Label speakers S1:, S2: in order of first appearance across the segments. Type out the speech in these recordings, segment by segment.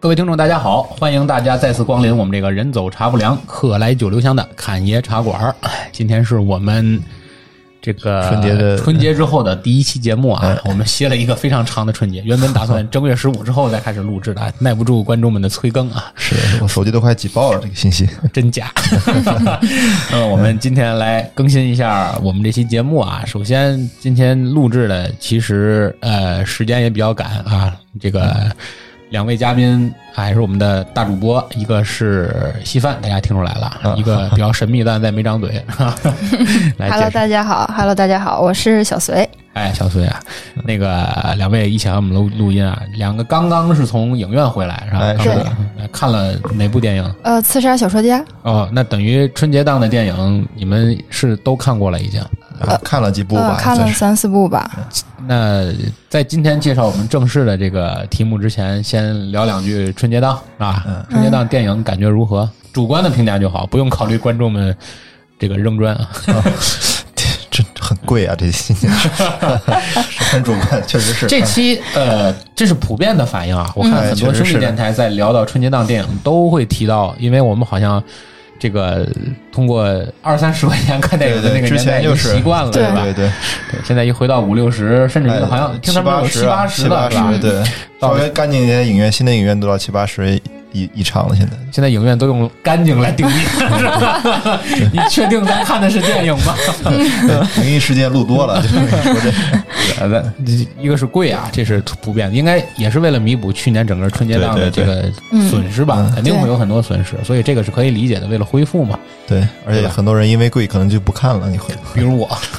S1: 各位听众，大家好！欢迎大家再次光临我们这个“人走茶不凉，客来酒留香”的侃爷茶馆儿。今天是我们这个
S2: 春节的哎
S1: 春节之后的第一期节目啊，我们歇了一个非常长的春节，原本打算正月十五之后再开始录制的，哎耐不住观众们的催更啊，
S2: 是我手机都快挤爆了这个信 息。
S1: 真假？那我们今天来更新一下我们这期节目啊。首先，今天录制的其实呃时间也比较赶啊，这个两位嘉宾还是我们的大主播，一个是稀饭，大家听出来
S3: 啊
S1: 了，一个比较神秘但再没张 嘴。来
S3: Hello，
S1: 解释，
S3: 大家好，Hello，大家好，我是小隋。
S1: 哎，小崔啊，那个两位一起来我们录录音啊，两个刚刚是从影院回来是吧？
S2: 哎
S1: 刚
S3: 是
S1: 刚看了哪部电影？
S3: 呃，刺杀小说家，
S1: 哦，那等于春节档的电影你们是都看过了已经。
S2: 啊看了几部
S3: 呃，
S2: 吧，
S3: 看了
S2: 算是
S3: 三四部
S1: 嗯
S3: 吧。
S1: 那在今天介绍我们正式的这个题目之前，先聊两句春节档啊，
S2: 嗯
S1: 春节档电影感觉如何？主观的评价就好，不用考虑观众们这个扔 砖啊。
S2: 这这很贵啊，这信息 是很主观，确实是。
S1: 这期呃，这是普遍的反应啊，我看很多
S2: 哎确实
S1: 兄弟
S2: 是
S1: 电台在聊到春节档电影都会提到，因为我们好像。这个通过二三十块钱看电影的那
S2: 对
S1: 个
S2: 对之
S1: 年代
S2: 前
S1: 已
S2: 就
S1: 经
S2: 是
S1: 习惯了，
S3: 对
S1: 吧？
S2: 对对，
S1: 对现在一回到五六十，甚至
S2: 哎
S1: 好像听他们有
S2: 七啊
S1: 七八十
S2: 七
S1: 的，是吧
S2: 八十，？对，稍微干净一点的影院，新的影院都到七八十一一场了，现在。
S1: 现在影院都用干净来定义，是吧 你确定咱看的是电影吗？
S2: 对灵异事件录多了，就是说这
S1: 呃一个是贵啊，这是普遍的，应该也是为了弥补去年整个春节档的这
S2: 对嗯
S1: 个损失吧，肯定会有很多损失，所以这个是可以理解的，为了恢复嘛。
S2: 对，而且很多人因为贵可能就不看了，你会
S1: 比如我，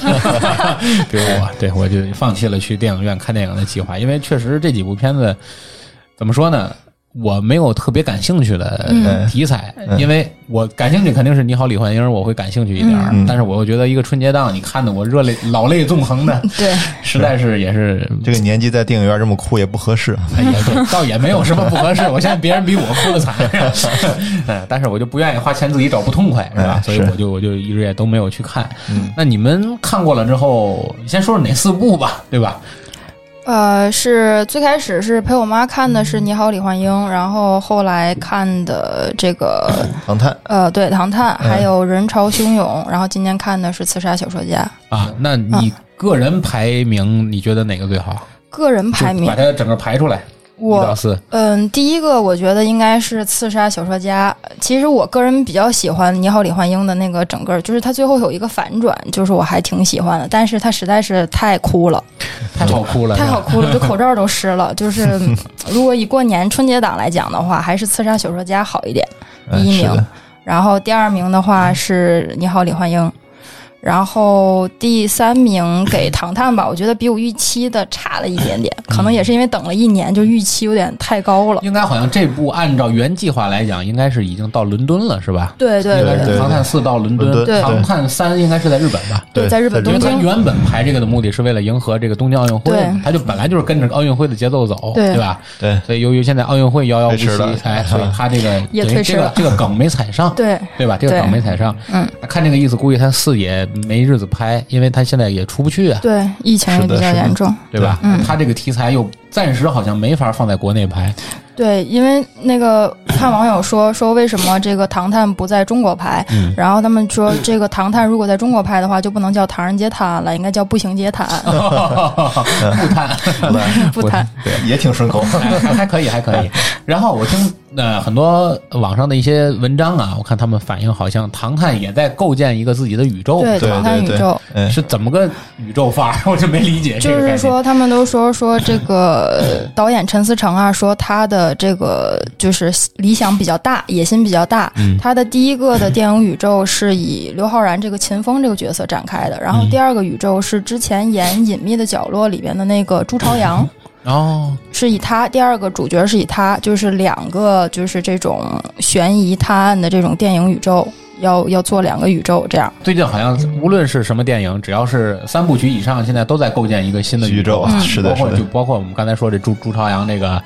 S1: 比如我，对我就放弃了去电影院看电影的计划，因为确实这几部片子怎么说呢？我没有特别感兴趣的
S2: 嗯
S1: 题材，因为我感兴趣肯定是《你好，李焕英》，我会感兴趣一点儿。
S2: 嗯
S1: 但是我又觉得一个春节档，你看的我热泪老泪纵横的，
S2: 嗯
S3: 对，
S1: 实在是也是
S2: 这个年纪在电影院这么哭也不合适。啊
S1: 哎也对，倒也没有什么不合适。我现在别人比我哭的惨，哎， 但是我就不愿意花钱自己找不痛快，是嗯吧？
S2: 哎
S1: 所以
S2: 是
S1: 我就我就一直也都没有去看。那你们看过了之后，你先说说哪四部吧，对吧？
S3: 呃，是最开始是陪我妈看的是《你好，李焕英》，然后后来看的这个
S2: 唐探
S3: 呃，对，《唐探》，
S1: 嗯
S3: 还有《人潮汹涌》，然后今年看的是《刺杀小说家》。
S1: 啊，那你个人排名，你觉得哪个最好？
S3: 个人排
S1: 就
S3: 名
S1: 把，它整个排出来，一
S3: 我
S1: 到四。
S3: 嗯，第一个我觉得应该是《刺杀小说家》。其实我个人比较喜欢《你好，李焕英》的那个整个，就是它最后有一个反转，就是我还挺喜欢的。但是它实在是太哭了，
S1: 太好哭
S2: 哎
S1: 了，
S3: 太
S1: 是吧
S3: 好哭了，这口罩都湿了。就是 如果以过年春节档来讲的话，还是《刺杀小说家》好一点，第
S2: 嗯
S3: 一
S2: 是
S3: 名。
S2: 的
S3: 然后第二名的话是《你好，李焕英》，然后第三 名给《唐探》吧，我觉得比我预期的差了一点
S2: 嗯
S3: 点，可能也是因为等了一年，就预期有点太高了。
S1: 应该好像这部按照原计划来讲，应该是已经到伦敦了，是吧？
S3: 对对
S1: 应
S3: 对
S1: 该是
S2: 对
S1: 《唐探四》到伦敦，
S2: 伦
S3: 敦
S1: 《
S3: 对
S1: 唐探三》应该是在日本吧？
S3: 对
S2: 对，
S3: 在日本
S1: 因为
S3: 东
S1: 他
S3: 京
S1: 原本排这个的目的是为了迎合这个东京奥运会
S3: 对，
S1: 他就本来就是跟着奥运会的节奏走，
S3: 对
S1: 对吧？
S2: 对
S1: 所以由于现在奥运会遥遥无期
S2: 推迟了，
S1: 哎，所以 他这个
S3: 也
S1: 等于
S3: 推
S1: 这
S3: 迟
S1: 个
S3: 了
S1: 这个梗没踩上，
S3: 对
S1: 对吧？这个
S3: 对
S1: 梗没踩上，
S3: 嗯，
S1: 看这个意思，估计他四也没日子拍，因为他现在也出不去啊，
S3: 对，疫情也
S2: 是的
S3: 比较
S2: 是的
S3: 严重。
S1: 对吧？
S3: 嗯
S1: 他这个题材又暂时好像没法放在国内 拍，
S3: 对，因为那个看网友说说为什么这个《唐探》不在中国拍，
S2: 嗯
S3: 然后他们说这个《唐探》如果在中国拍的话，就不能叫《唐人街探案》了，应该叫《步行街探案》
S2: 哦
S1: 不看。
S3: 不谈。
S2: 对也挺顺口。
S1: 哎 还还可以，还可以。然后我听呃很多网上的一些文章啊，我看他们反映好像唐探也在构建一个自己的宇宙，
S3: 对，《
S2: 对
S3: 唐探
S2: 对
S3: 宇
S2: 对
S3: 宙》。
S2: 嗯，
S1: 是怎么个宇宙法儿？我就没理解这
S3: 就
S1: 个概念。
S3: 是说，他们都说说这个导演陈思诚啊，说他的这个就是理想比较大，野心比较大。
S1: 嗯
S3: 他的第一个的电影宇宙是以刘昊然这个秦风这个角色展开的，然后
S1: 嗯
S3: 第二个宇宙是之前演《隐秘的角落》里边的那个朱朝阳，
S1: 哦，
S3: 是以他第二个主角是以他，就是两个就是这种悬疑探案的这种电影宇宙，要要做两个宇宙这样。
S1: 最近好像无论是什么电影，只要是三部曲以上，现在都在构建一个新的
S2: 宇宙
S1: 啊。
S2: 啊，是
S1: 包
S2: 的，是
S1: 括
S2: 的
S1: 就，包括我们刚才说这朱朱朝阳这个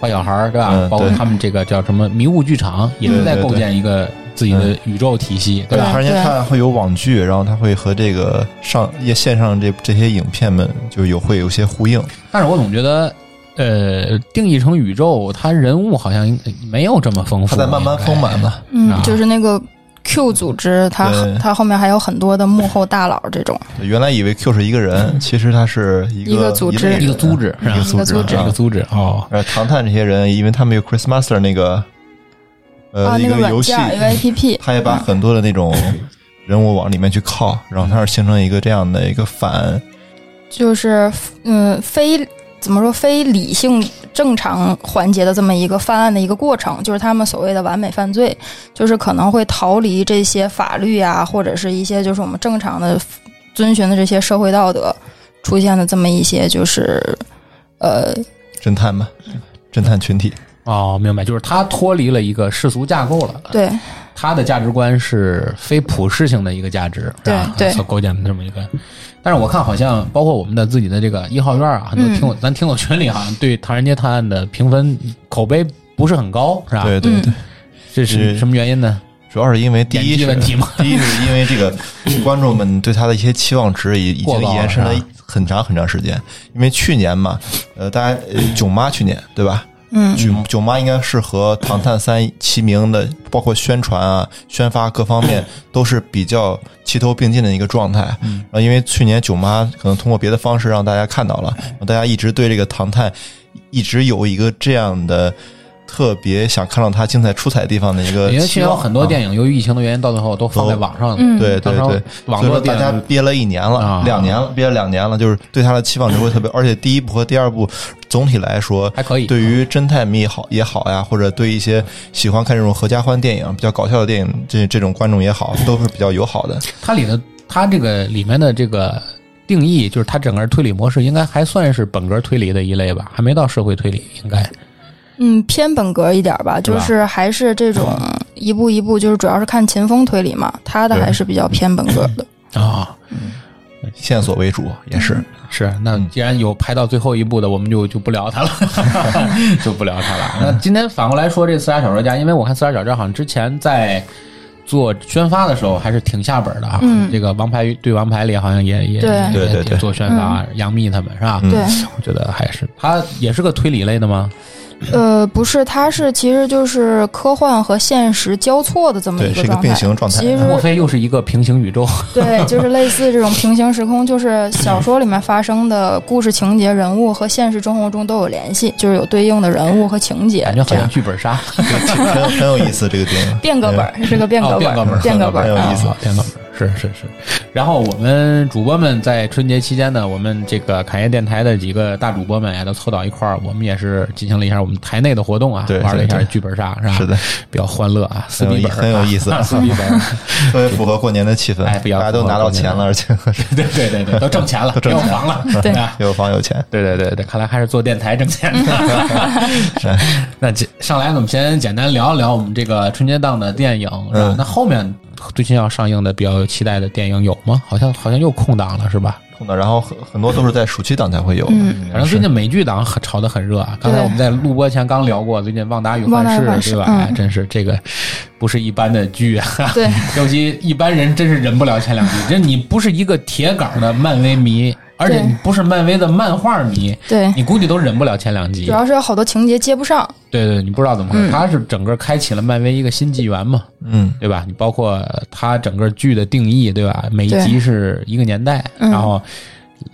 S1: 坏小孩儿，对吧？
S2: 嗯
S1: 包括
S2: 对
S1: 他们这个叫什么迷雾剧场，也是在
S2: 对对对
S1: 构建一个自己的宇宙体系，对
S2: 对，
S1: 吧？
S2: 而且
S3: 对
S2: 它会有网剧，然后它会和这个上业线上这这些影片们就有会有一些呼应。
S1: 但是我总觉得呃定义成宇宙，他人物好像没有这么丰
S2: 他
S1: 富，
S2: 在慢慢丰满吧。
S1: 啊
S3: 嗯，就是那个 Q 组织，它
S2: 对
S3: 它后面还有很多的幕后大佬这种。
S2: 原来以为 Q 是一个人，其实他是一个
S3: 嗯一个组织
S1: 应该。一个组织，是吧
S2: 一个组
S3: 一个组
S2: 织
S3: 织
S1: 一
S2: 啊
S1: 个组织哦，
S2: 而唐探这些人，因为他们有 Chris Master 那个呃、
S3: 啊，
S2: 一
S3: 那个软
S2: 游戏
S3: 件，一个 APP，
S2: 他也把很多的那种人物往里面去靠，然后它是形成一个这样的一个反
S3: 就是嗯，非怎么说非理性正常环节的这么一个犯案的一个过程，就是他们所谓的完美犯罪，就是可能会逃离这些法律啊，或者是一些就是我们正常的遵循的这些社会道德出现的这么一些就是呃
S2: 侦探吧，
S3: 嗯
S2: 侦探群体。
S1: 哦，明白，就是他脱离了一个世俗架构了，
S3: 对嗯
S1: 他的价值观是非普世性的一个价值，是吧啊
S3: 对对
S1: 所构建的这么一个。但是我看好像包括我们的自己的这个一号院啊，很多
S3: 嗯
S1: 听友、咱听友群里好像对《唐人街探案》的评分口碑不是很高，是吧？
S2: 对，
S3: 嗯
S2: 对对，
S1: 这是
S2: 是
S1: 什么原因呢？
S2: 主要是因为第
S1: 演
S2: 一
S1: 技
S2: 是
S1: 问题吗？
S2: 第一是因为这 个观众们对他的一些期望值已已
S1: 过
S2: 经
S1: 高了
S2: 延伸了
S1: 是吧
S2: 很长很长时间，因为去年嘛，呃，大家呃囧妈去年对吧？
S3: 嗯
S2: 囧囧妈应该是和《唐探三》齐名的，包括宣传啊、宣发各 方面都是比较齐头并进的一个状态。
S1: 嗯
S2: 然后因为去年囧妈可能通过别的方式让大家看到了，
S1: 嗯
S2: 然后大家一直对这个《唐探》一直有一个这样的特别想看到它精彩出彩的地方的一个期
S1: 因为
S2: 呃望。嗯哦
S1: 去年有很多
S2: 影。
S1: 电影由于疫情的原因，到最后都放在网上，
S3: 嗯
S2: 对对
S1: 当
S2: 对
S1: 成，网
S2: 所以
S1: 络
S2: 说
S1: 电
S2: 大家
S1: 影
S2: 憋了一年了，
S1: 啊
S2: 两年了，憋了两年了，就是对他的期望值会特别，而且第一部和第二部总体来说，
S1: 还可以。
S2: 对于侦探迷也好也好呀，或者对一些喜欢看这种合家欢电影、比较搞笑的电影这这种观众也好，都是比较友好的。
S1: 它里的它这个里面的这个定义，就是它整个推理模式应该还算是本格推理的一类吧，还没到社会推理，应该
S3: 嗯，偏本格一点吧，就
S1: 吧
S3: 是还是这种一步一步，就是主要是看秦风推理嘛，他的
S2: 嗯对
S3: 还是比较偏本格的。
S1: 啊、
S2: 哦线索为主也是，
S1: 是，那
S2: 嗯
S1: 既然有拍到最后一部的，我们就就不聊它 了，就不聊它了。那今天反过来说，这刺杀小说家，因为我看刺杀小说家好像之前在做宣发的时候还是挺下本的啊。
S3: 嗯
S1: 这个王牌对王牌里好像也也
S3: 对
S1: 也
S2: 对对
S1: 也
S2: 对
S1: 做宣发，杨幂他们是吧？
S2: 嗯
S3: 对，
S1: 我觉得还是他也是个推理类的吗？
S3: 呃，不是，它是其实就是科幻和现实交错的这么
S2: 对，
S3: 一
S2: 是一个
S3: 状
S2: 并
S3: 态。
S2: 行状态。
S3: 其实
S1: 莫非又是一个平行宇宙？
S3: 对，就是类似这种平行时空，就是小说里面发生的故事情节、人物和现实生活中都有联系，就是有对应的人物和情节
S1: 感觉，
S3: 这
S1: 好像
S3: 样
S1: 剧本 杀，
S2: 很很很有意思这个电影。
S3: 变革本
S2: 哎
S3: 儿是个变革
S1: 哦
S3: 本
S1: 变革本
S3: 儿，
S1: 儿
S3: 变革本
S2: 很有
S3: 儿
S2: 意
S3: 啊。
S2: 思
S1: 啊，天呐，是是是。然后我们主播们在春节期间呢，我们这个侃爷电台的几个大主播们也都凑到一块儿，我们也是进行了一下我们台内的活动啊，
S2: 对
S1: 玩了一下
S2: 对对
S1: 剧本杀，是吧？
S2: 是的，
S1: 比较欢乐啊，撕
S2: 很有
S1: 逼
S2: 意
S1: 本儿
S2: 很有意 思
S1: 啊，撕逼本儿，
S2: 特别符合过年的气氛，
S1: 哎比较
S2: 大家都拿到钱了，而且
S1: 对对对对，都挣钱了，
S2: 挣
S1: 有
S2: 钱
S1: 房了，
S3: 对
S1: 啊
S2: 有房有钱。
S1: 对对对对，看来还是做电台挣钱 的。是，那这上来我们先简单聊一聊我们这个春节档的电影，是吧？
S2: 嗯
S1: 那后面最近要上映的比较有期待的电影有吗？好像好像又空档了，是吧？
S2: 空的，然后很很多都是在暑期档才会有，
S3: 嗯
S1: 反正最近美剧档很炒得很热啊。刚才
S3: 对
S1: 我们在录播前刚聊过，最近《旺达与幻视
S3: 旺达与》幻视
S1: 对吧？
S3: 嗯
S1: 哎真是这个不是一般的剧啊，
S3: 哦对，
S1: 尤其一般人真是忍不了前两集。这你不是一个铁杆的漫威迷，而且
S3: 对
S1: 你不是漫威的漫画迷，
S3: 对，
S1: 你估计都忍不了前两集。
S3: 主要是有好多情节接不上。
S1: 对对，你不知道怎么回事，
S3: 嗯
S1: 它是整个开启了漫威一个新纪元嘛，
S2: 嗯，
S1: 对吧？你包括它整个剧的定义，对吧？每一集
S3: 对
S1: 是一个年代，
S3: 嗯
S1: 然后。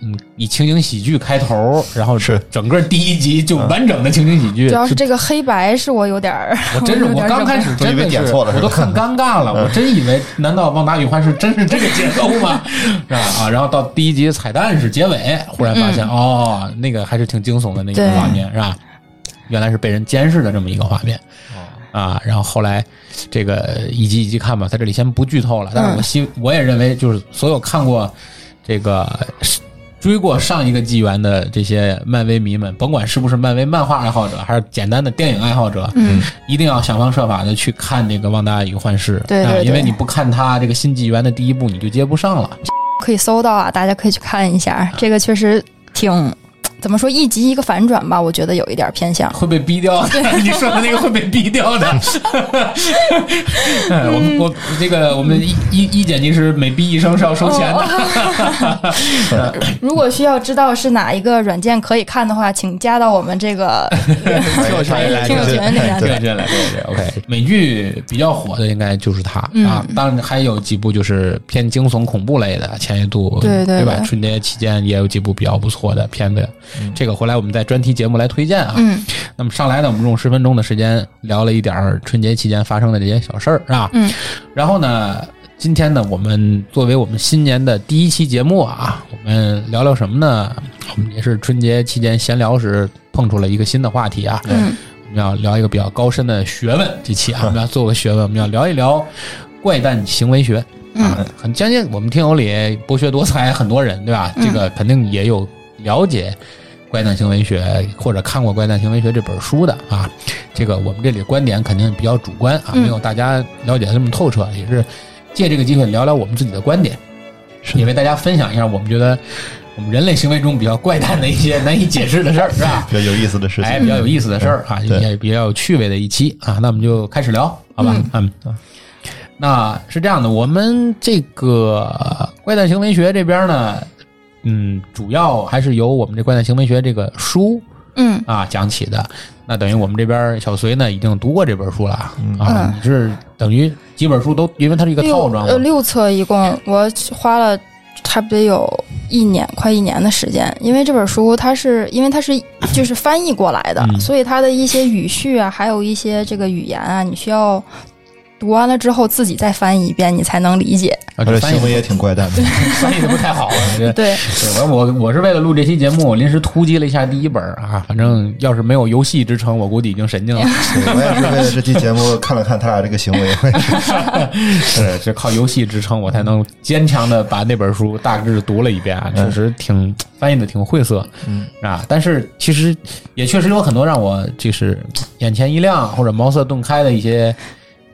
S1: 嗯，以情景喜剧开头，然后
S2: 是
S1: 整个第一集就完整的情景喜剧。
S3: 主要是这个黑白是我有点儿，
S1: 我真是
S3: 有
S1: 我
S3: 点
S1: 刚
S3: 忍不
S1: 开
S3: 了
S1: 始
S2: 我以
S1: 真
S2: 为
S1: 的
S2: 点
S1: 是
S2: 错了
S1: 我
S2: 是
S1: 都
S2: 吧
S1: 很尴尬了，我真以为难道《旺达与幻视》真是这个结构吗？ 是吧？啊，然后到第一集彩蛋是结尾，忽然发现、哦，那个还是挺惊悚的那个
S3: 嗯对
S1: 画面是吧？原来是被人监视的这么一个画面。
S2: 哦
S1: 啊，然后后来这个一集一集看吧，在这里先不剧透了。但
S3: 嗯
S1: 是我希我也认为，就是所有看过这个追过上一个纪元的这些漫威迷们，甭管是不是漫威漫画爱好者，还是简单的电影爱好者，
S3: 嗯，
S1: 一定要想方设法的去看这个《旺达与幻视》，
S3: 对对
S1: 啊，
S3: 对
S1: 因为你不看它这个新纪元的第一部，你就接不上了。
S3: 嗯可以搜到啊，大家可以去看一下，这个确实挺怎么说一集一个反转吧，我觉得有一点偏向。
S1: 会被逼掉的。 你说的那个会被逼掉的。哎我们我这个我们一一一剪辑师每逼一声是要收钱
S3: 哦
S1: 的。
S3: 如果需要知道是哪一个软件可以看的话，请加到我们这个
S1: 听 我来来
S3: 听友群里面
S1: 对对对对对，OK。美剧比较火的应该就是它啊，当然还有几部就是偏惊悚恐怖类的，前一度
S3: 对对
S1: 对吧？
S3: 对
S1: 春节期间也有几部比较不错的片子，这个回来我们在专题节目来推荐啊。
S3: 嗯
S1: 那么上来呢，我们用十分钟的时间聊了一点儿春节期间发生的这些小事儿啊。
S3: 嗯，
S1: 然后呢，今天呢，我们作为我们新年的第一期节目啊，我们聊聊什么呢？我们也是春节期间闲聊时碰出了一个新的话题啊。
S3: 嗯，
S1: 我们要聊一个比较高深的学问，这期啊，我们要做个学问，我们要聊一聊怪诞行为学。啊，很相信我们听友里博学多才很多人，对吧？这个肯定也有了解怪诞行为学或者看过《怪诞行为学》这本书的啊。这个我们这里观点肯定比较主观啊，
S3: 嗯
S1: 没有大家了解的这么透彻，也是借这个机会聊聊我们自己的观点，
S2: 是
S1: 也为大家分享一下我们觉得我们人类行为中比较怪诞的一些难以解释的事儿，是吧？
S2: 比较有意思的事
S1: 哎，
S2: 情。
S1: 比较有意思的事儿啊，
S2: 嗯对
S1: 也比较有趣味的一期啊，那我们就开始聊，好吧？嗯，那是这样的，我们这个怪诞行为学这边呢，嗯，主要还是由我们这怪诞行为学这个书
S3: 嗯，
S1: 啊讲起的。那等于我们这边小隋呢已经读过这本书了啊啊，
S3: 嗯
S1: 你是等于几本书都，因为它是一个
S3: 六
S1: 套装
S3: 呃
S1: 嘛，
S3: 六册一共，我花了差不多有一年，快一年的时间。因为这本书它是因为它是就是翻译过来的，
S1: 嗯
S3: 所以它的一些语序啊，还有一些这个语言啊，你需要读完了之后自己再翻译一遍，你才能理解。
S1: 啊，
S2: 他
S1: 这
S2: 这
S1: 翻译
S2: 行为也挺怪诞的，
S1: 翻译的不太 好了，啊这
S3: 对，
S1: 对，我我我是为了录这期节目，我临时突击了一下第一本儿啊，反正要是没有游戏支撑，我估计已经神经了。
S2: 对我也是为了这期节目看了看他俩这个行 为，我也是
S1: 是，是靠游戏支撑，我才能坚强的把那本书大致读了一遍啊，确实挺翻译的挺晦涩，
S2: 嗯
S1: 啊，但是其实也确实有很多让我就是眼前一亮或者茅塞顿开的一些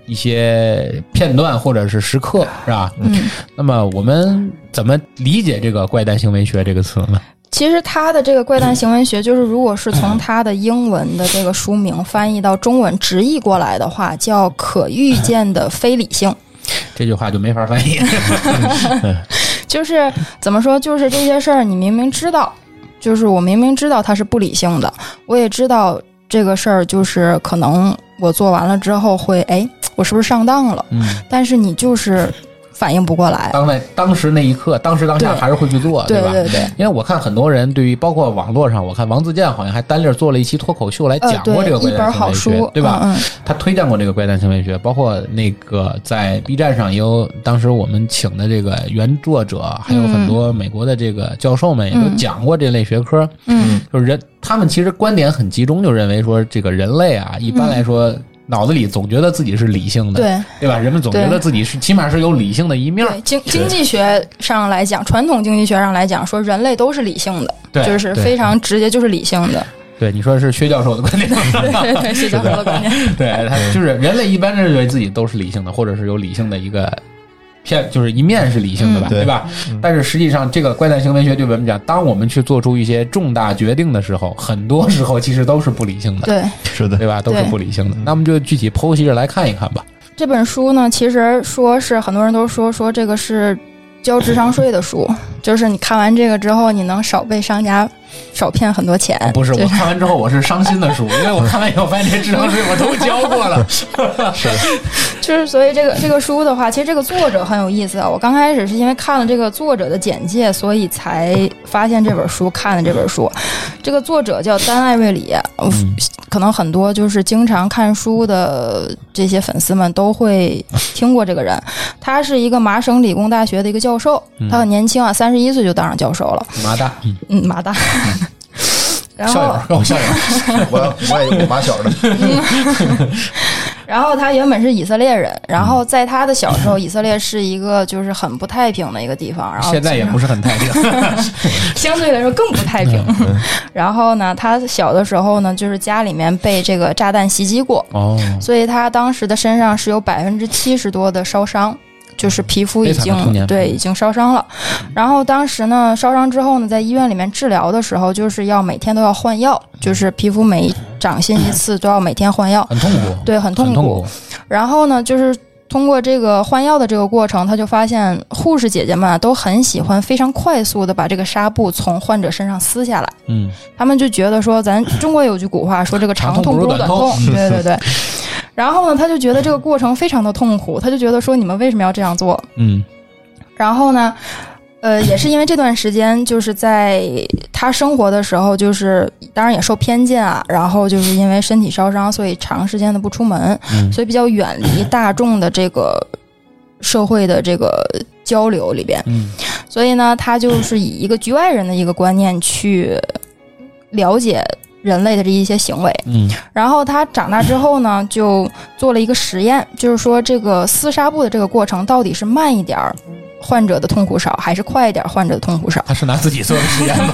S1: 一些片段或者是时刻，是吧？
S3: 嗯。
S1: 那么我们怎么理解这个“怪诞行为学”这个词呢？
S3: 其实他的这个怪诞行为学，就是如果是从他的英文的这个书名翻译到中文直译过来的话，叫可预见的非理性。
S1: 这句话就没法翻译。
S3: 就是怎么说，就是这些事儿你明明知道，就是我明明知道它是不理性的，我也知道这个事儿就是可能我做完了之后会，哎，我是不是上当了？
S1: 嗯，
S3: 但是你就是反应不过来。
S1: 当在当时那一刻，当时当下
S3: 对
S1: 还是会去做，
S3: 对
S1: 吧？
S3: 对对，
S1: 因为我看很多人对于，包括网络上，我看王自健好像还单立儿做了一期脱口秀来
S3: 呃
S1: 讲，
S3: 对
S1: 过这个，
S3: 一
S1: 怪
S3: 本
S1: 诞行
S3: 好
S1: 为
S3: 书
S1: 学，，对吧？
S3: 嗯嗯
S1: 他推荐过这个怪诞行为学，包括那个在 B 站上也有，当时我们请的这个原作者，还有很多美国的这个教授们也都讲过这类学科，
S3: 嗯
S1: 就是人他们其实观点很集中，就认为说这个人类啊，一般来说。脑子里总觉得自己是理性的，
S3: 嗯对
S1: 对吧？人们总觉得
S3: 对
S1: 自己是起码是有理性的一面儿，
S3: 对经经济学上来讲，传统经济学上来讲，说人类都是理性的，
S1: 对
S3: 就是
S1: 对
S3: 非常直接，就是理性 的。
S1: 对，你说是薛教授的观 点吗？
S3: 对对，是这样的观念。
S1: 对，他就是人类一般认为自己都是理性的，或者是有理性的一个片，就是一面是理性的吧，
S2: 嗯对
S1: 对吧？但是实际上，这个怪诞行为学对我们讲，当我们去做出一些重大决定的时候，很多时候其实都是不理性的，
S3: 对，
S2: 是的，
S1: 对吧？都是
S3: 对
S1: 不理性的。那我们就具体剖析着来看一看吧。
S3: 这本书呢，其实说是很多人都说说这个是交智商税的书，就是你看完这个之后，你能少被商家少骗很多钱。
S1: 不是，
S3: 就
S1: 我看完之后我是伤心的书，因为我看完以后发现这智商税我都交过 了。
S3: 就是所以这个这个书的话，其实这个作者很有意思啊。我刚开始是因为看了这个作者的简介，所以才发现这本书，看了这本书。这个作者叫丹·艾瑞里，我可能很多就是经常看书的这些粉丝们都会听过这个人。他是一个麻省理工大学的一个教授，他很年轻啊，三十一岁就当上教授了。
S1: 麻大，
S3: 嗯，马大。然
S1: 校
S3: 后
S1: 友，，跟我校友，
S2: 我我也有马小的，
S3: 然后他原本是以色列人，然后
S1: 嗯
S3: 在他的小时候，以色列是一个就是很不太平的一个地方，然后
S1: 现在也不是很 太平。
S3: 相 对来说更不太平。
S1: 嗯
S3: 然后呢，他小的时候呢，就是家里面被这个炸弹袭击过，
S1: 哦，
S3: 所以他当时的身上是有百分之七十多的烧伤。就是皮肤已
S1: 悲惨的童
S3: 经
S1: 年
S3: 对已经烧伤了。然后当时呢，烧伤之后呢，在医院里面治疗的时候，就是要每天都要换药，就是皮肤每长新一次都要每天换药，
S1: 很痛苦，
S3: 对，很
S1: 很
S3: 痛
S1: 痛
S3: 苦。
S1: 苦，
S3: 然后呢，就是通过这个换药的这个过程，他就发现护士姐姐们啊都很喜欢非常快速的把这个纱布从患者身上撕下来。
S1: 嗯，
S3: 他们就觉得说，咱中国有句古话说这个
S1: 长
S3: 长
S1: 痛
S3: 痛
S1: 不
S3: 不
S1: 如短
S3: 如短
S1: 痛
S3: 痛，对对对。然后呢，他就觉得这个过程非常的痛苦，他就觉得说你们为什么要这样做？
S1: 嗯，
S3: 然后呢，呃，也是因为这段时间就是在他生活的时候，就是当然也受偏见啊，然后就是因为身体烧伤，所以长时间的不出门，
S1: 嗯
S3: 所以比较远离大众的这个社会的这个交流里边，
S1: 嗯，
S3: 所以呢，他就是呃以一个局外人的一个观念去了解人类的这一些行为。
S1: 嗯，
S3: 然后他长大之后呢，就做了一个实验，就是说这个撕纱布的这个过程到底是慢一点儿，患者的痛苦少，还是快一点儿患者的痛苦少？
S1: 他是拿自己做的实验吗？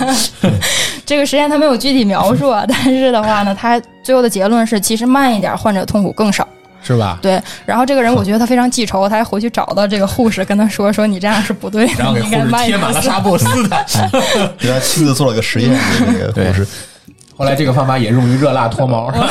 S3: 这个实验他没有具体描述，啊，但是的话呢，他最后的结论是，其实慢一点儿患者痛苦更少。
S1: 是吧？
S3: 对，然后这个人我觉得他非常记仇，他还回去找到这个护士，跟他说说你这样是不对
S1: 然
S3: 的，
S1: 后
S3: 你
S1: 给护
S3: 应该
S1: 士
S3: 慢一
S1: 贴
S3: 点
S1: 满
S3: 儿
S1: 了
S3: 撕。
S1: 纱布撕 的。
S2: 给他亲自做了个实验，这个
S1: 嗯对
S2: 护士
S1: 后来这个方法也用于热蜡脱毛，是吧？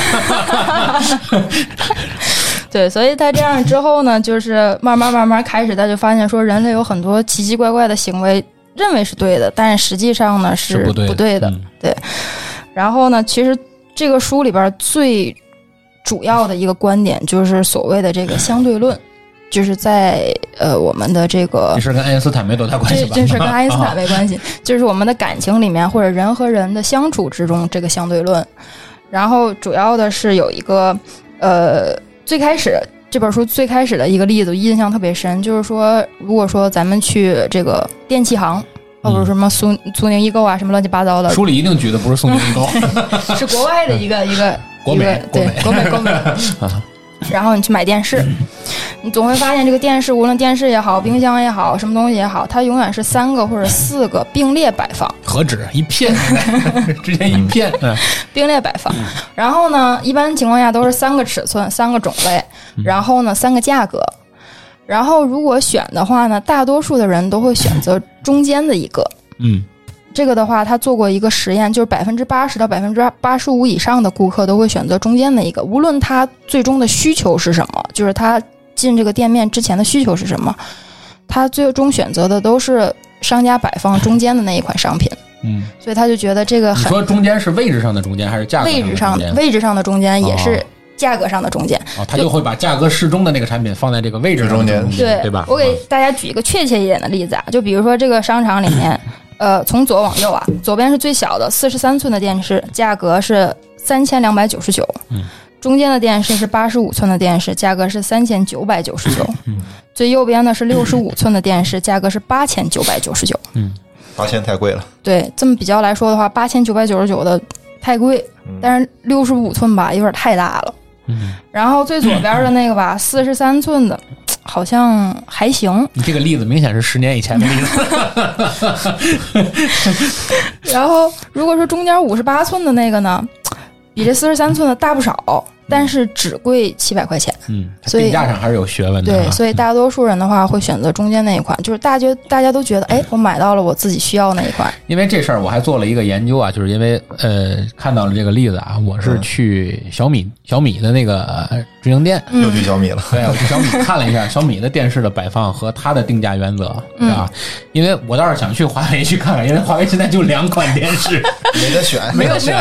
S3: 对，所以他这样之后呢，就是慢慢慢慢开始，他就发现说人类有很多奇奇怪怪的行为，认为是对的，但实际上呢是
S1: 不对
S3: 不对的。
S1: 嗯
S3: 然后呢，其实这个书里边最主要的一个观点就是所谓的这个相对论，就是在呃我们的这个
S1: 这事儿跟爱因斯坦没多大关系
S3: 这
S1: 吧？
S3: 这事儿跟爱因斯坦
S1: 啊
S3: 没关系，就是我们的感情里面或者人和人的相处之中这个相对论。然后主要的是有一个呃，最开始这本书最开始的一个例子印象特别深，就是说如果说咱们去这个电器行。或者
S1: 嗯
S3: 什么苏苏宁易购啊，什么乱七八糟的，
S1: 书里一定举的不是宋宁 高，
S3: 是国外的一个一个
S1: 嗯国美
S3: 一个
S1: 国
S3: 对
S1: 美嗯
S3: 国美 国美。然后你去买电视，你总会发现这个电视，无论电视也好，冰箱也好，什么东西也好，它永远是三个或者四个并列摆 放，
S1: 何止一片， 之前一片，嗯
S3: 并列摆放。然后呢，一般情况下都是三个尺寸、三个种类，
S1: 嗯
S3: 然后呢三个价格。然后如果选的话呢，大多数的人都会选择中间的一个。
S1: 嗯
S3: 这个的话，他做过一个实验，就是百分之八十到百分之八十五以上的顾客都会选择中间的一个，无论他最终的需求是什么，就是他进这个店面之前的需求是什么，他最终选择的都是商家摆放中间的那一款商品，
S1: 嗯。
S3: 所以他就觉得这个
S1: 你
S3: 很
S1: 说中间是位置上的中间，还是价格
S3: 位置
S1: 上
S3: 上
S1: 的中间？
S3: 位置上的中间也
S1: 哦
S3: 是价格上的中间。
S1: 哦，他就会把价格适中的那个产品放在这个位置上的
S2: 中间
S1: 间，对吧？
S3: 我给
S1: 啊
S3: 大家举一个确切一点的例子啊，就比如说这个商场里面，呃，从左往右啊，左边是最小的四十三寸的电视，价格是三千两百九十九，
S1: 嗯
S3: 中间的电视是八十五寸的电视，价格是三千九百九十九，
S1: 嗯
S3: 最右边呢是六十五寸的电视，价格是八千九百九十九。
S2: 八千太贵了，
S3: 对，这么比较来说的话，八千九百九十九的太贵，但是六十五寸吧有点太大了。
S1: 嗯，
S3: 然后最左边的那个吧，四十三寸的，好像还行。
S1: 你这个例子明显是十年以前的例子，
S3: 然后如果说中间五十八寸的那个呢，比这四十三寸的大不少，但是只贵七百块钱。
S1: 嗯，它
S3: 所以
S1: 定价上还是有学问的啊。
S3: 对，所以大多数人的话会选择中间那一款，就是大家大家都觉得，哎，我买到了我自己需要那一款。
S1: 因为这事儿，我还做了一个研究啊，就是因为呃看到了这个例子啊，我是去小米小米的那个呃直营店，
S2: 又去小米了。
S1: 对，我去 小米看了一下小米的电视的摆放和它的定价原则啊，因为我倒是想去华为去看看，因为华为现在就两款电 视，
S2: 没得选，
S1: 没得选，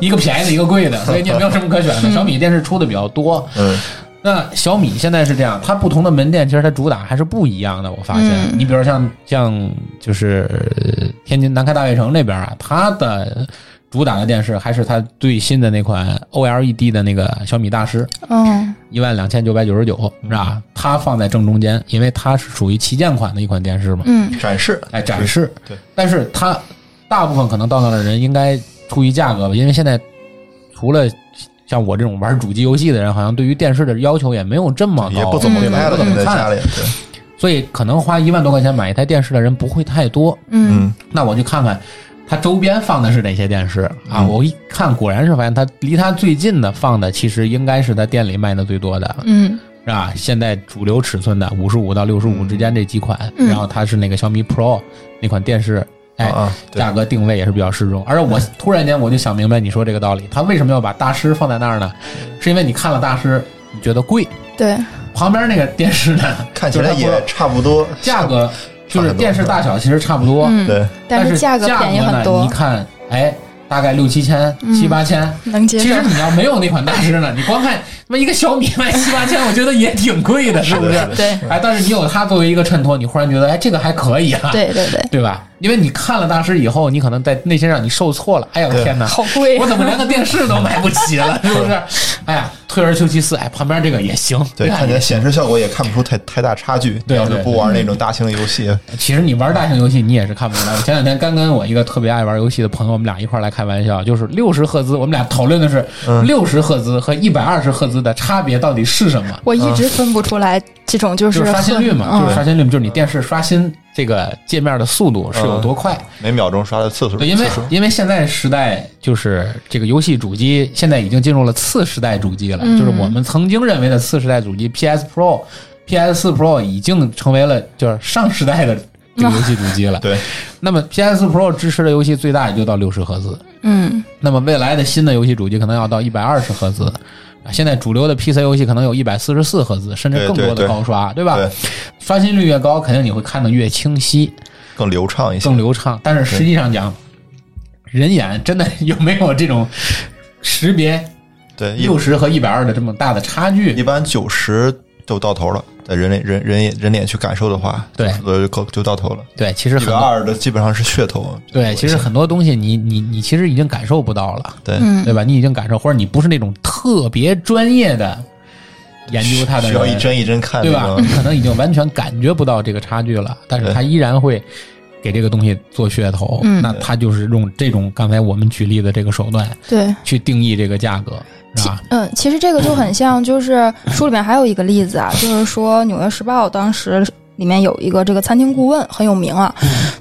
S1: 一个便宜的，一个贵的，所以你也没有什么可选的。小米电视出的比较多，
S2: 嗯，
S1: 那小米现在是这样，它不同的门店其实它主打还是不一样的。我发现，
S3: 嗯
S1: 你比如像像就是呃天津南开大悦城那边啊，它的主打的电视还是它最新的那款 OLED 的那个小米大师，
S3: 嗯
S1: 一万两千九百九十九是吧？它放在正中间，因为它是属于旗舰款的一款电视嘛，
S3: 嗯
S2: 展示，
S1: 哎，展示。
S2: 对，
S1: 但是它大部分可能到那的人应该出于价格吧，因为现在除了像我这种玩主机游戏的人，好像对于电视的要求也没有这么高，
S2: 也不怎么
S3: 嗯
S2: 拍了，
S1: 不怎么
S2: 在家
S1: 看，
S2: 里，对，
S1: 所以可能花一万多块钱买一台电视的人不会太多。
S3: 嗯
S2: 嗯，
S1: 那我就看看它周边放的是哪些电视啊？
S2: 嗯
S1: 我一看，果然是发现它离它最近的放的其实应该是它店里卖的最多的。
S3: 嗯
S1: 是吧？现在主流尺寸的五十五到六十五之间这几款，
S3: 嗯
S1: 然后它是那个小米 Pro 那款电视，哎，
S2: 啊啊，对
S1: 价格定位也是比较适中。而且我突然间我就想明白你说这个道理，他为什么要把大师放在那儿呢？是因为你看了大师，你觉得贵，
S3: 对，
S1: 旁边那个电视呢，
S2: 看起来
S1: 就是它
S2: 也差不多，
S1: 不价格就是电视大小其实差不多，
S3: 嗯，
S2: 对，
S3: 但
S1: 是
S3: 价
S1: 格
S3: 格便宜很
S1: 呢你
S3: 多嗯
S1: 一，看，哎，大概六七千、七八千。
S3: 能接
S1: 其
S3: 受
S1: 实。你要没有那款大师呢，你光看他妈一个小米卖七八千，我觉得也挺贵的，是不是？
S2: 的
S3: 对
S1: 哎，但是你有它作为一个衬托，你忽然觉得，哎，这个还可以啊，
S3: 对对 对，
S1: 对吧？因为你看了大师以后，你可能在内心上你受挫了，哎呀，
S2: 对
S1: 天哪！
S3: 好贵
S1: 我。怎么连个电视都买不起 了，是不是？哎呀，退而求其次，哎，旁边这个也行，
S2: 对，
S1: 吧
S2: 看起来显示效果也看不出太太大差距。
S1: 对
S2: 要是
S1: 对
S2: 不玩那种大型的游戏，
S1: 其实你玩大型游戏，你也是看不出来。我前两天刚跟我一个特别爱玩游戏的朋友，我们俩一块儿来开玩笑，就是六十赫兹，我们俩讨论的是
S2: 嗯
S1: 六十赫兹和一百二十赫兹的差别到底是什么。
S3: 我一直分不出来这种就
S1: 就是是刷新率嘛，就
S3: 嗯
S1: 是刷新率嘛，就是你电视刷新这个界面的速度是有
S2: 嗯
S1: 多快。
S2: 每秒钟刷的次数，
S1: 对，因为
S2: 次数
S1: 因为现在时代就是这个游戏主机现在已经进入了次时代主机了，
S3: 嗯
S1: 就是我们曾经认为的次时代主机 PS Pro、PS 四 Pro 已经成为了就是上时代的这个游戏主机了。
S2: 对，
S1: 那么 PS Pro 支持的游戏最大也就到六十赫兹，
S3: 嗯，
S1: 那么未来的新的游戏主机可能要到一百二十赫兹。啊现在主流的 PC 游戏可能有一百四十四赫兹，甚至
S2: 对
S1: 更多
S2: 对
S1: 的
S2: 对
S1: 高刷，对吧？
S2: 对
S1: 刷新率越高，肯定你会看得越清晰。
S2: 更流畅一些
S1: 更。流畅。但是实际上讲，人眼真的 有没有这种识别
S2: 对，一
S1: 六十和一百二的这么大的差
S2: 一
S1: 距？
S2: 般九十就到头了，在人类人人眼人脸去感受的话，
S1: 对
S2: 90就够就到头了。
S1: 对，其实
S2: 一
S1: 很
S2: 百
S1: 多
S2: 二的基本上是噱头。
S1: 对，其实很嗯多东西你你你其实已经感受不到了，
S2: 对，
S3: 嗯
S1: 对吧？你已经感受，或者你不是那种特别专业的研究它的
S2: 需要一
S1: 人，
S2: 帧一帧看
S1: 对
S2: 那
S1: 吧？
S2: 种
S1: 你。可能已经完全感觉不到这个差距了，但是
S2: 对
S1: 它依然会。给这个东西做噱头，
S3: 嗯
S1: 那它就是用这种刚才我们举例的这个手段
S3: 对，
S1: 去定义这个价格，是吧？
S3: 嗯，其实这个就很像，就是书里面还有一个例子啊，就是说《纽约时报》当时里面有一个这个餐厅顾问很有名啊，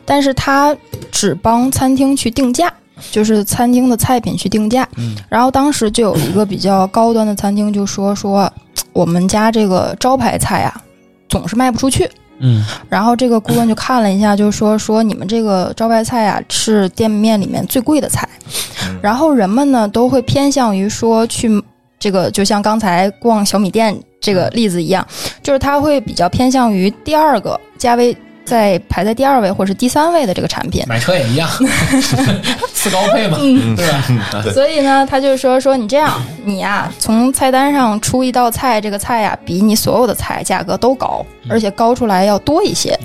S3: 但是他只帮餐厅去定价。就是餐厅的菜品去定价，
S1: 嗯
S3: 然后当时就有一个比较高端的餐厅就说说我们家这个招牌菜啊，总是卖不出去，
S1: 嗯
S3: 然后这个顾问就看了一下，就说说你们这个招牌菜啊是店面里面最贵的菜，
S2: 嗯
S3: 然后人们呢都会偏向于说去这个，就像刚才逛小米店这个例子一样，就是他会比较偏向于第二个价位在排在第二位或是第三位的这个产品。
S1: 买车也一 样，次高配嘛，
S3: 嗯
S1: 对吧？
S2: 对
S3: 所以呢，他就说说你这样，你呀、从菜单上出一道菜，这个菜呀、比你所有的菜价格都高，
S1: 嗯
S3: 而且高出来要多一些。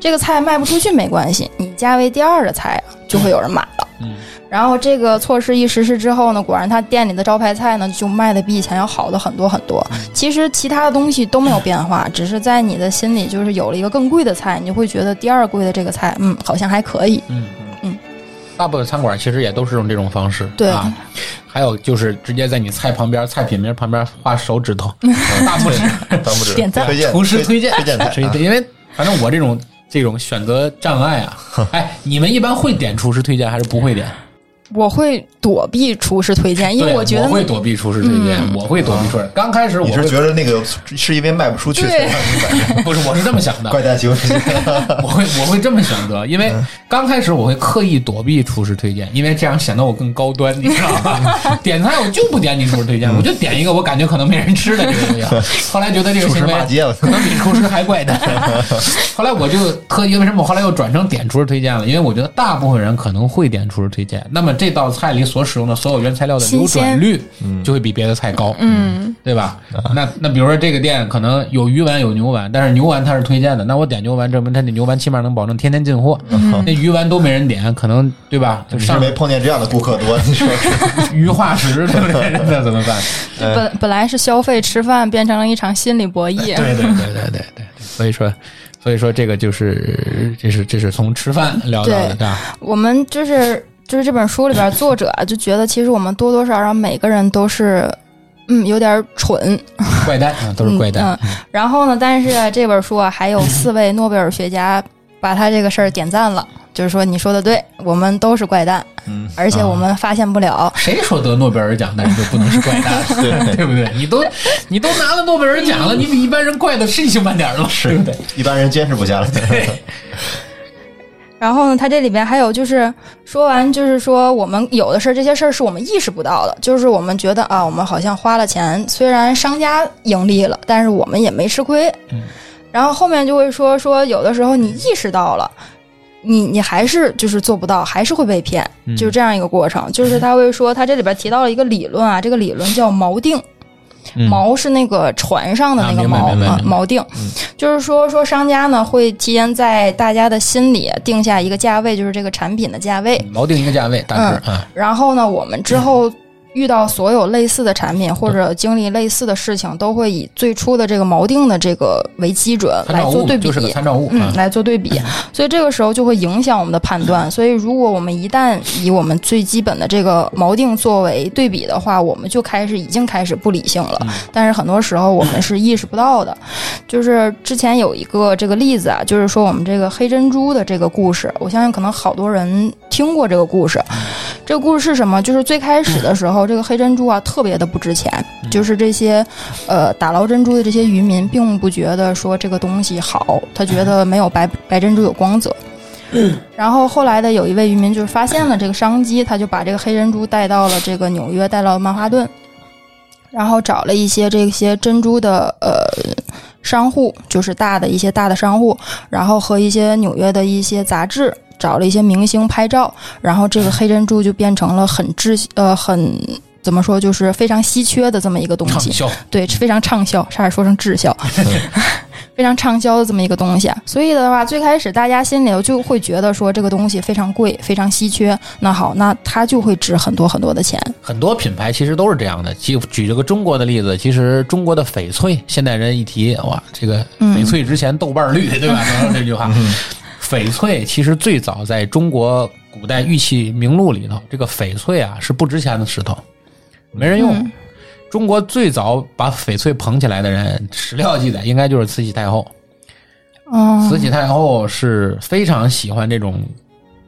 S3: 这个菜卖不出去没关系，你价位第二的菜啊，就会有人买了。
S1: 嗯
S3: 然后这个措施一实施之后呢，果然他店里的招牌菜呢就卖的比以前要好的很多很多。
S1: 嗯
S3: 其实其他的东西都没有变化，只是在你的心里就是有了一个更贵的菜，你就会觉得第二贵的这个菜，嗯，好像还可以。
S1: 嗯
S3: 嗯，
S1: 大部分餐馆其实也都是用这种方式，
S3: 对
S1: 啊。还有就是直接在你菜旁边、菜品名旁边画手指 头，大拇指，
S2: 当不止
S3: 点赞
S2: 推荐
S1: 厨师推荐
S2: 推荐菜
S1: 谁
S2: 啊，
S1: 因为反正我这种这种选择障碍 啊，哎，你们一般会点厨师推荐还是不会点？
S3: 我会躲避厨师推荐，因为
S1: 对啊
S3: 觉得嗯
S1: 我会躲避厨师推荐，我会躲避厨师。刚开始我
S2: 你是
S1: 会
S2: 觉得那个是因为卖不出去
S3: 对
S2: 才让你买的？
S1: 不是，我是这么想的，
S2: 怪 大熊，
S1: 我会我会这么选择，因为刚开始我会刻意躲避厨师推荐，因为这样显得我更高端，你知道吗？点菜我就不点你厨师推荐，我就点一个我感觉可能没人吃的这个东西。啊后来觉得这个
S2: 厨
S1: 行
S2: 师
S1: 为
S2: 骂街了。
S1: 可能比厨师还怪诞。 后来我就特意为什么我后来又转成点厨师推荐了？因为我觉得大部分人可能会点厨师推荐，那么这道菜里所使用的所有原材料的流
S3: 新鲜
S1: 转率就会比别的菜高，嗯，对吧？那那比如说这个店可能有鱼丸有牛丸，但是牛丸它是推荐的，那我点牛丸，证明它那牛丸起码能保证天天进货。那鱼丸都没人点，可能对吧？嗯就
S2: 你是
S1: 上
S2: 没碰见这样的顾客多，你说 是？
S1: 鱼化石，对不对？那怎么办？
S3: 就
S1: 呃
S3: 本、本来是消费吃饭，变成了一场心理博弈。
S1: 哎对 对对对对对对，所以说，所以说这个就是，这是这是从吃饭聊到的，
S3: 对
S1: 对吧？
S3: 我们就是就是这本书里边作者啊就觉得，其实我们多多少少每个人都是。嗯，有点蠢，
S1: 怪诞啊，都是怪诞
S3: 嗯。 然后呢，但是这本书啊，还有四位诺贝尔学家把他这个事儿点赞了，就是说你说的对，我们都是怪诞，
S2: 嗯
S3: 而
S1: 啊
S3: 且我们发现不了。
S1: 谁说得诺贝尔奖的人就不能是怪诞了？
S2: 对
S1: 对不对？你都你都拿了诺贝尔奖了，你比一般人怪的是一星半点儿了吗，对不对？
S2: 一般人坚持不下来。
S3: 然后呢，它这里边还有就是说完，就是说我们有的事儿，这些事儿是我们意识不到的，就是我们觉得啊，我们好像花了钱，虽然商家盈利了，但是我们也没吃亏。
S1: 嗯
S3: 然后后面就会说说，有的时候你意识到了，你你还是就是做不到，还是会被骗，就是这样一个过程。就是他会说，他这里边提到了一个理论啊，这个理论叫锚定。
S1: 嗯
S3: 锚是那个船上的那
S1: 啊
S3: 个
S1: 明白
S3: 锚
S1: 明白
S3: 啊，
S1: 明白
S3: 锚定，就是说说商家呢会提前在大家的心里定下一个价位，就是这个产品的价位，
S1: 嗯锚定一个价位，大致啊，
S3: 然后呢，我们之后遇到所有类似的产品或者经历类似的事情，都会以最初的这个锚定的这个为基准
S1: 参
S3: 来
S1: 照
S3: 做
S1: 物
S3: 对比
S1: 就。是个参照物啊
S3: 嗯，。来做对比，所以这个时候就会影响我们的判断。所以，如果我们一旦以我们最基本的这个锚定作为对比的话，我们就开始已经开始不理性了。但是很多时候我们是意识不到的。就是之前有一个这个例子啊，就是说我们这个黑珍珠的这个故事，我相信可能好多人听过这个故事。这个故事是什么？就是最开始的时候，这个黑珍珠啊特别的不值钱，就是这些呃打捞珍珠的这些渔民并不觉得说这个东西好，他觉得没有白白珍珠有光泽。然后后来的有一位渔民就是发现了这个商机，他就把这个黑珍珠带到了这个纽约，带到了曼哈顿，然后找了一些这些珍珠的呃商户，就是大的一些大的商户，然后和一些纽约的一些杂志找了一些明星拍照，然后这个黑珍珠就变成了很滞呃很怎么说，就是非常稀缺的这么一个东
S1: 畅
S3: 西。
S1: 销，
S3: 对，非常畅销，差点说成滞销，啊 非常畅销的这么一个东西。啊所以的话，最开始大家心里头就会觉得说这个东西非常贵，非常稀缺。那好，那它就会值很多很多的钱。
S1: 很多品牌其实都是这样的。举举这个中国的例子，其实中国的翡翠，现代人一提哇，这个
S3: 嗯
S1: 翡翠之前豆瓣绿，对吧？然后这句话，翡翠其实最早在中国古代玉器名录里头，这个翡翠啊是不值钱的石头，没人用。中国最早把翡翠捧起来的人，史料记载应该就是慈禧太后。
S3: 哦，
S1: 慈禧太后是非常喜欢这种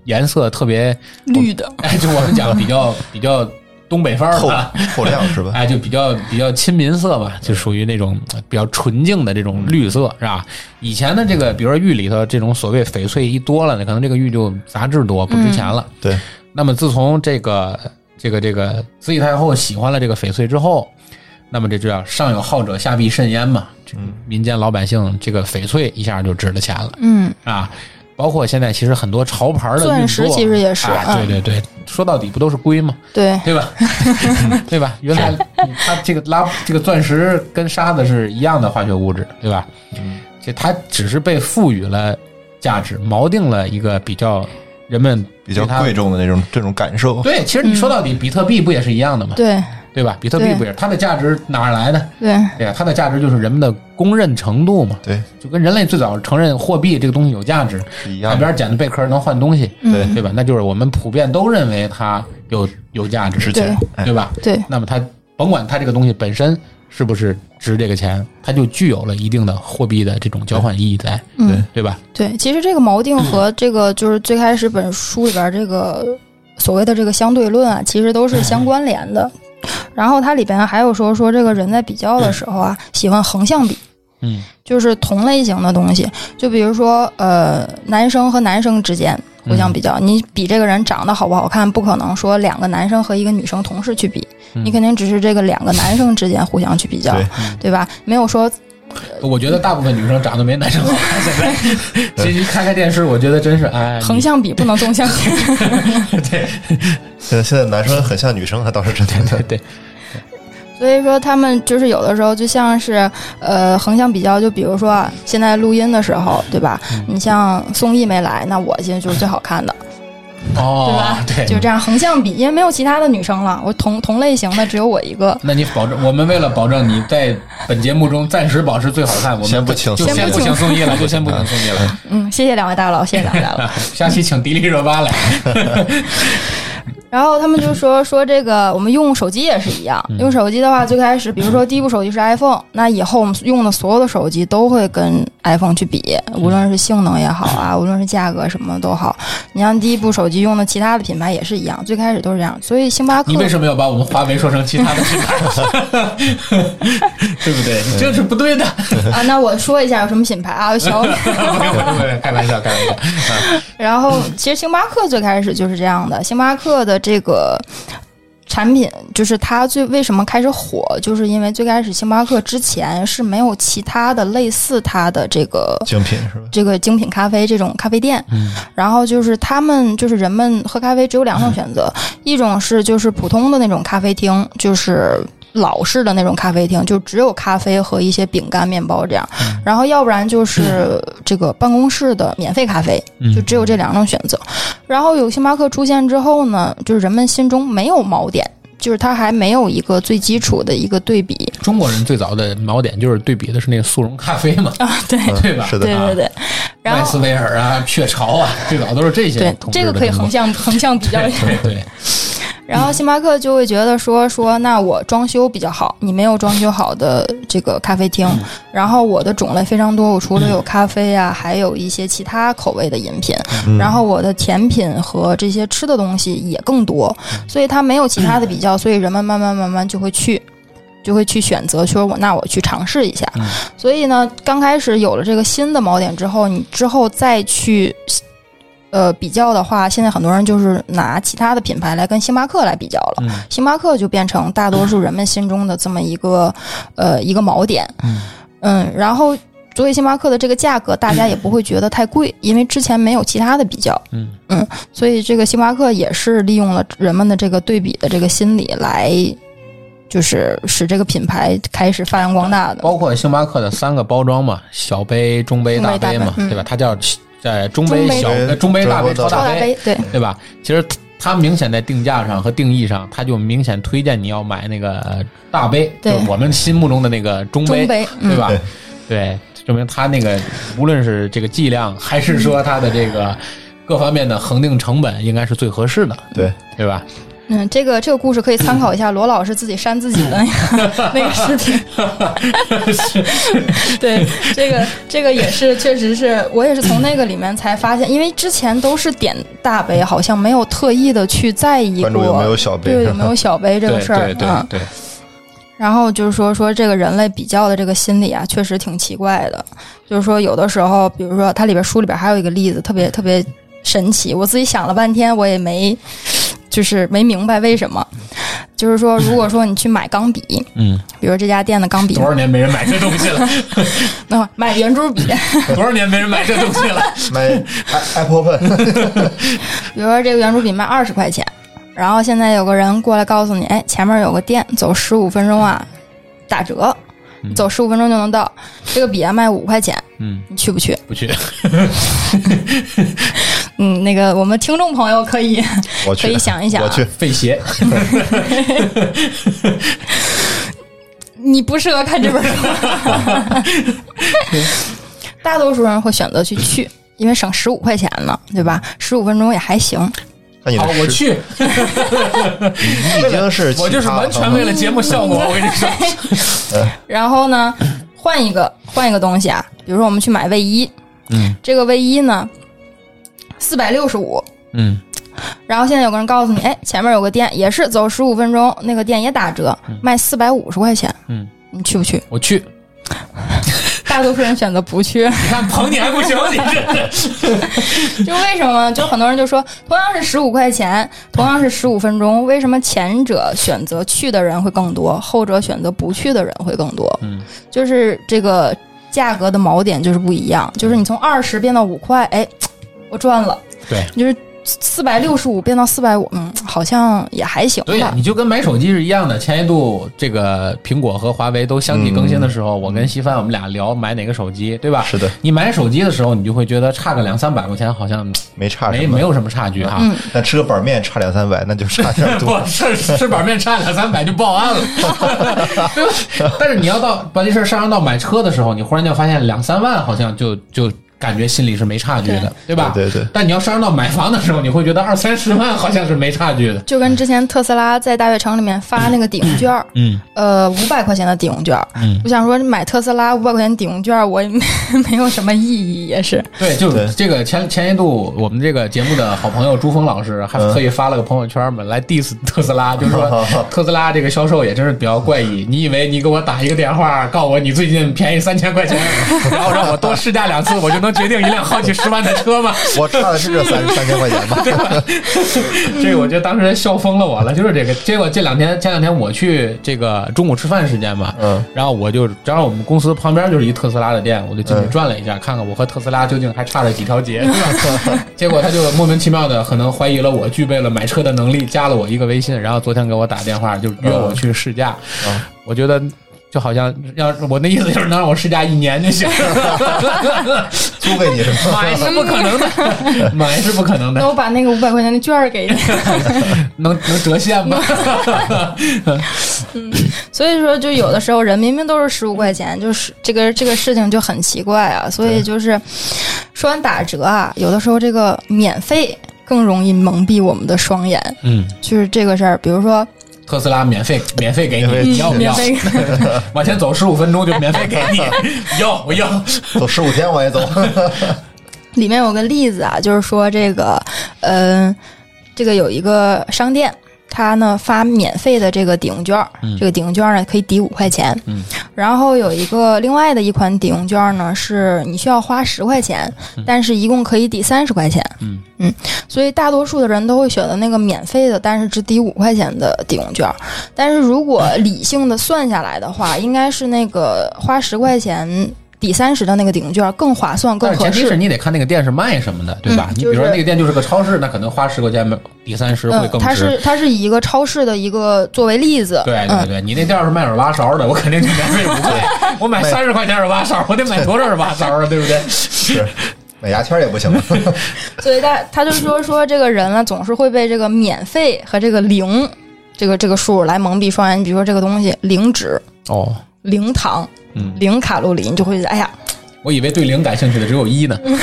S1: 颜色特别，
S3: 绿的，
S1: 哎，就我们讲比较比较东北范儿
S2: 透
S1: 吧，
S2: 透亮是吧？
S1: 哎，就比较比较亲民色吧，就属于那种呃比较纯净的这种绿色，是吧？以前的这个，比如说玉里头这种所谓翡翠一多了呢，可能这个玉就杂质多，不值钱了。
S2: 对，
S3: 嗯
S1: 那么自从这个这个这个慈禧太后喜欢了这个翡翠之后，那么这就叫上有好者，下必甚焉嘛。这个民间老百姓这个翡翠一下就值了钱了。
S3: 嗯，
S1: 啊，包括现在其实很多潮牌的
S3: 钻
S1: 运
S3: 石
S1: 作
S3: 其实也是
S1: 啊，对
S3: 嗯
S1: 对对，说到底不都是硅吗？
S3: 对，
S1: 对 吧？对吧？原来它这个拉这个钻石跟沙子是一样的化学物质，对吧？
S3: 嗯
S1: 这它只是被赋予了价值，锚定了一个比较人们
S2: 比较
S1: 对它
S2: 贵。重的那种这种感受，
S1: 对，其实你说到底，比特币不也是一样的吗？
S3: 嗯对，
S1: 对吧？比特币
S3: 对
S1: 不也是它的价值哪儿来的？
S3: 对，
S1: 对呀，它的价值就是人们的公认程度嘛，
S2: 对，
S1: 就跟人类最早承认货币这个东西有价值，
S2: 是一
S1: 海
S2: 样的。
S1: 边捡的贝壳能换东西，
S3: 嗯
S2: 对，
S1: 对吧？那就是我们普遍都认为它有有价值，
S2: 值钱，哎
S1: 对吧？
S3: 对，
S1: 那么它甭管它这个东西本身是不是值这个钱，它就具有了一定的货币的这种交换意义在，
S3: 嗯，
S1: 对吧？
S3: 对。其实这个锚定 和这个就是最开始本书里边这个所谓的这个相对论啊，其实都是 相关联的。然后它里边还有说说这个人在比较的时候啊，喜欢横向比。
S1: 嗯
S3: 就是同类型的东西，就比如说，呃，男生和男生之间互
S1: 嗯
S3: 相比较，你比这个人长得好不好看，不可能说两个男生和一个女生同时去比，
S1: 嗯
S3: 你肯定只是这个两个男生之间互相去比较，
S2: 对
S3: 对吧？没有说呃
S1: 我觉得大部分女生长得没男生 好看。现在，其实开开电视，我觉得真是哎，
S3: 横向比不能纵 向比。
S1: 对
S2: 现在现在男生很像女生，他倒是真的
S1: 对对，
S3: 所以说，他们就是有的时候就像是呃横向比较，就比如说啊，现在录音的时候，对吧？你像宋轶没来，那我现在就是最好看的，
S1: 哦，
S3: 对吧？就这样横向比，因为没有其他的女生了，我同同类型的只有我一个。
S1: 那你保证，我们为了保证你在本节目中暂时保持最好看，我们
S2: 先不请
S1: 就
S2: 宋
S1: 先
S2: 轶
S1: 不请宋轶了，就先不请宋轶了。
S3: 嗯
S2: 嗯
S3: 嗯，谢谢两位大佬，谢谢两位大佬。
S1: 下期请迪丽热巴来。
S3: 然然后他们 就说说这个，我们用手机也是一样，
S1: 嗯
S3: 用手机的话，最开始比如说第一部手机是 iPhone，那以后我们用的所有的手机都会跟 iPhone 去比，
S1: 嗯
S3: 无论是性能也好 啊，无论是价格什么都好。你像第一部手机用的其他的品牌也是一样，最开始都是这样。所以星巴克
S1: 你为什么要把我们华为说成其他的品牌？ 对不对？
S2: 嗯
S1: 你这是不对的。
S3: 啊，那我说一下有什么品牌啊，小米。
S1: 开玩笑，开玩笑。
S3: 然后，其实星巴克最开始就是这样的，星巴克的这个。产品就是它最为什么开始火，就是因为最开始星巴克之前是没有其他的类似它的这个
S2: 精品是吧？
S3: 这个精品咖啡这种咖啡店，然后就是他们就是人们喝咖啡只有两种选择，一种是就是普通的那种咖啡厅，就是。老式的那种咖啡厅，就只有咖啡和一些饼干、面包这样，然后要不然就是这个办公室的免费咖啡，就只有这两种选择。然后有星巴克出现之后呢，就是人们心中没有锚点，就是它还没有一个最基础的一个对比
S1: 中国人最早的锚点就是对比的是那个速溶咖啡嘛，
S3: 啊，对
S1: 对吧？
S2: 是的
S3: 对对对，然
S1: 麦
S3: 后
S1: 斯威尔啊、雀巢啊，最早都是这些
S3: 对
S1: 统治
S3: 这
S1: 的
S3: 个可以
S1: 中国
S3: 横向横向比较一下。
S1: 对 对，
S3: 然后星巴克就会觉得说说，那我装修比较好，你没有装修好的这个咖啡厅，然后我的种类非常多，我除了有咖啡啊，还有一些其他口味的饮品，然后我的甜品和这些吃的东西也更多，所以它没有其他的比较，所以人们慢慢慢慢就会去。就会去选择，说我那我去尝试一下。
S1: 嗯
S3: 所以呢，刚开始有了这个新的锚点之后，你之后再去呃比较的话，现在很多人就是拿其他的品牌来跟星巴克来比较了。
S1: 嗯
S3: 星巴克就变成大多数人们心中的这么一个呃一个锚点。
S1: 嗯
S3: 嗯然后作为星巴克的这个价格，大家也不会觉得太贵，因为之前没有其他的比较，
S1: 嗯
S3: 所以这个星巴克也是利用了人们的这个对比的这个心理来。就是使这个品牌开始发扬光大的，
S1: 包括星巴克的三个包装嘛，小杯、中杯、
S3: 中
S1: 大
S3: 杯大
S1: 杯嘛，
S3: 杯嗯
S1: 对吧？它叫呃中
S3: 中
S1: 杯
S3: 杯
S1: 小呃中杯大杯
S2: 中
S1: 超
S2: 杯
S3: 超
S1: 大
S3: 大
S1: 杯，
S3: 杯对
S1: 对吧？其实它它明显在定价上和定义上，它就明显推荐你要买那个大杯，
S3: 对
S1: 就是我们心目中的那个中
S3: 中杯，嗯
S1: 对吧？对，证明它那个无论是这个剂量，还是说它的这个各方面的恒定成本，应该是最合适的，
S2: 对，
S1: 对吧？
S3: 嗯，这个这个故事可以参考一下罗老师自己扇自己的 那个那个视频。对，这个这个也是，确实是我也是从那个里面才发现，因为之前都是点大杯，好像没有特意的去在意过
S2: 关注有没有小杯
S3: 对
S2: 是
S3: 有
S2: 吧
S3: 没有小杯这个
S1: 对
S3: 事儿
S1: 对对
S3: 嗯。
S1: 对，
S3: 然后就是说说这个人类比较的这个心理啊，确实挺奇怪的。就是说有的时候，比如说它里边书里边还有一个例子，特别特别神奇，我自己想了半天，我也没就是没明白为什么。就是说，如果说你去买钢笔，
S1: 嗯，
S3: 比如这家店的钢笔
S1: 多，少年没人买这东西 了？
S3: 那、买圆珠笔，
S1: 多少年没人买这东西了？
S2: 买 Apple Pen，
S3: 比如说这个圆珠笔卖二十块钱，然后现在有个人过来告诉你，哎，前面有个店，走十五分钟啊，打折，走十五分钟就能到。这个笔啊卖五块钱，
S1: 嗯，
S3: 你去不去？
S1: 不去，
S3: 嗯，那个我们听众朋友可以
S2: 我
S3: 可
S2: 去
S3: 以，想一想啊，
S2: 我去，
S1: 费鞋。
S3: 你不适合看这 本书。大多数人会选择去去，因为省十五块钱呢，对吧？十五分钟也还行。
S2: 那你
S1: 好，
S2: 的
S1: 我
S2: 是
S1: 去，
S2: 已经是
S1: 我就是完全为了节目效果，我跟你说，
S3: 然后呢，换一个换一个东西啊，比如说我们去买卫衣，
S1: 嗯，
S3: 这个卫衣呢，四百六十五。
S1: 嗯，
S3: 然后现在有个人告诉你，哎，前面有个店也是走十五分钟，那个店也打折，卖四百五十块钱。
S1: 嗯，
S3: 你去不去？
S1: 我去，
S3: 大多数人选择不去。
S1: 你看捧你还不行，你这是，
S3: 就为什么？就很多人就说，同样是十五块钱，同样是十五分钟，为什么前者选择去的人会更多，后者选择不去的人会更多？
S1: 嗯，
S3: 就是这个价格的锚点就是不一样，就是你从二十变到五块，哎，我赚了。
S1: 对，
S3: 就是四百六十五变到四百五，嗯，好像也还行
S1: 对呀
S3: 吧，。
S1: 你就跟买手机是一样的。前一度这个苹果和华为都相继更新的时候，我跟西帆我们俩聊买哪个手机，对吧？
S2: 是的，
S1: 你买手机的时候，你就会觉得差个两三百块钱好像
S2: 没差
S1: 没
S2: 什
S1: 没
S2: 么，嗯
S1: 有什么差距哈。
S2: 但吃个板面差两三百，那就差点
S1: 不。
S2: 多
S1: 是吃板面差两三百就报案了， 对吧？但是你要到把这事儿上升到买车的时候，你忽然就发现两三万好像就就感觉心里是没差距的，对吧？
S2: 对对对
S1: 但你要上升到买房的时候，你会觉得二三十万好像是没差距的。
S3: 就跟之前特斯拉在大悦城里面发那个抵用券儿，
S1: 嗯
S3: 呃，五百块钱的抵用券儿，
S1: 嗯，
S3: 我想说买特斯拉五百块钱抵用券儿，我也没 没有什么意义，也是。
S1: 对，就
S2: 对
S1: 这个前前一度我们这个节目的好朋友朱峰老师还特意发了个朋友圈嘛，来 diss 特斯拉，就说特斯拉这个销售也真是比较怪异。你以为你给我打一个电话告我你最近便宜三千块钱，然后让我多试驾两次，我就能决定一辆好几十万的车吗？
S2: 我差的是这三三千块钱吧？
S1: 这个我觉得当时笑疯了我了，就是这个。结果这两天前两天我去这个中午吃饭时间嘛，
S2: 嗯，
S1: 然后我就正好我们公司旁边就是一特斯拉的店，我就进去
S2: 嗯
S1: 转了一下，看看我和特斯拉究竟还差了几条街。 是吧结果他就莫名其妙的可能怀疑了我具备了买车的能力，加了我一个微信，然后昨天给我打电话就约我去试驾。
S2: 嗯
S1: 我觉得。就好像要是我那意思就是能让我试驾一年就行，
S2: 租给你是吗？
S1: 买 是不可能的，买是不可能的
S3: 那。我把那个五百块钱的券儿 给你。
S1: 能能折现吗？
S3: 所以说，就有的时候人明明都是十五块钱，就是这个这个事情就很奇怪啊。所以就是说完打折啊，有的时候这个免费更容易蒙蔽我们的双眼，
S1: 嗯，
S3: 就是这个事儿。比如说，
S1: 特斯拉免费免费给
S2: 免费
S1: 你，你要不
S3: 哦 免
S1: 要？
S3: 费
S1: 往前走十五分钟就免费给 你，要不要？
S2: 走十五天我也走。
S3: 里面有个例子啊，就是说这个，嗯、这个有一个商店，它呢发免费的这个抵用券儿，这个抵用券儿呢可以抵五块钱。
S1: 嗯，
S3: 然后有一个另外的一款抵用券儿呢，是你需要花十块钱，但是一共可以抵三十块钱。
S1: 嗯
S3: 所以大多数的人都会选择那个免费的，但是只抵五块钱的抵用券儿。但是如果理性的算下来的话，应该是那个花十块钱。抵三十的那个抵用券儿更划算、更
S1: 但是
S3: 合
S1: 前提
S3: 适
S1: 是。你得看那个店是卖什么的，对吧？
S3: 嗯
S1: 你比
S3: 就是
S1: 如说那个店就是个超市，那可能花十块钱买抵三十会
S3: 嗯，
S1: 更
S3: 它
S1: 值。
S3: 是它是以一个超市的一个作为例子，
S1: 对对
S3: 嗯，
S1: 对，你那店要是卖耳挖勺的，我肯定就免费五块。我买三十块钱耳挖勺，我得买多少耳挖勺 啊？对不对？
S2: 是，买牙签儿也不 行吗？
S3: 所以他他就说说这个人呢，总是会被这个免费和这个零这个这个数来蒙蔽双眼。你比如说这个东西零脂、
S1: 哦，
S3: 零糖、
S1: 嗯
S3: 零卡路里，你就会觉得哎呀，
S1: 我以为对零感兴趣的只有一呢。
S3: 嗯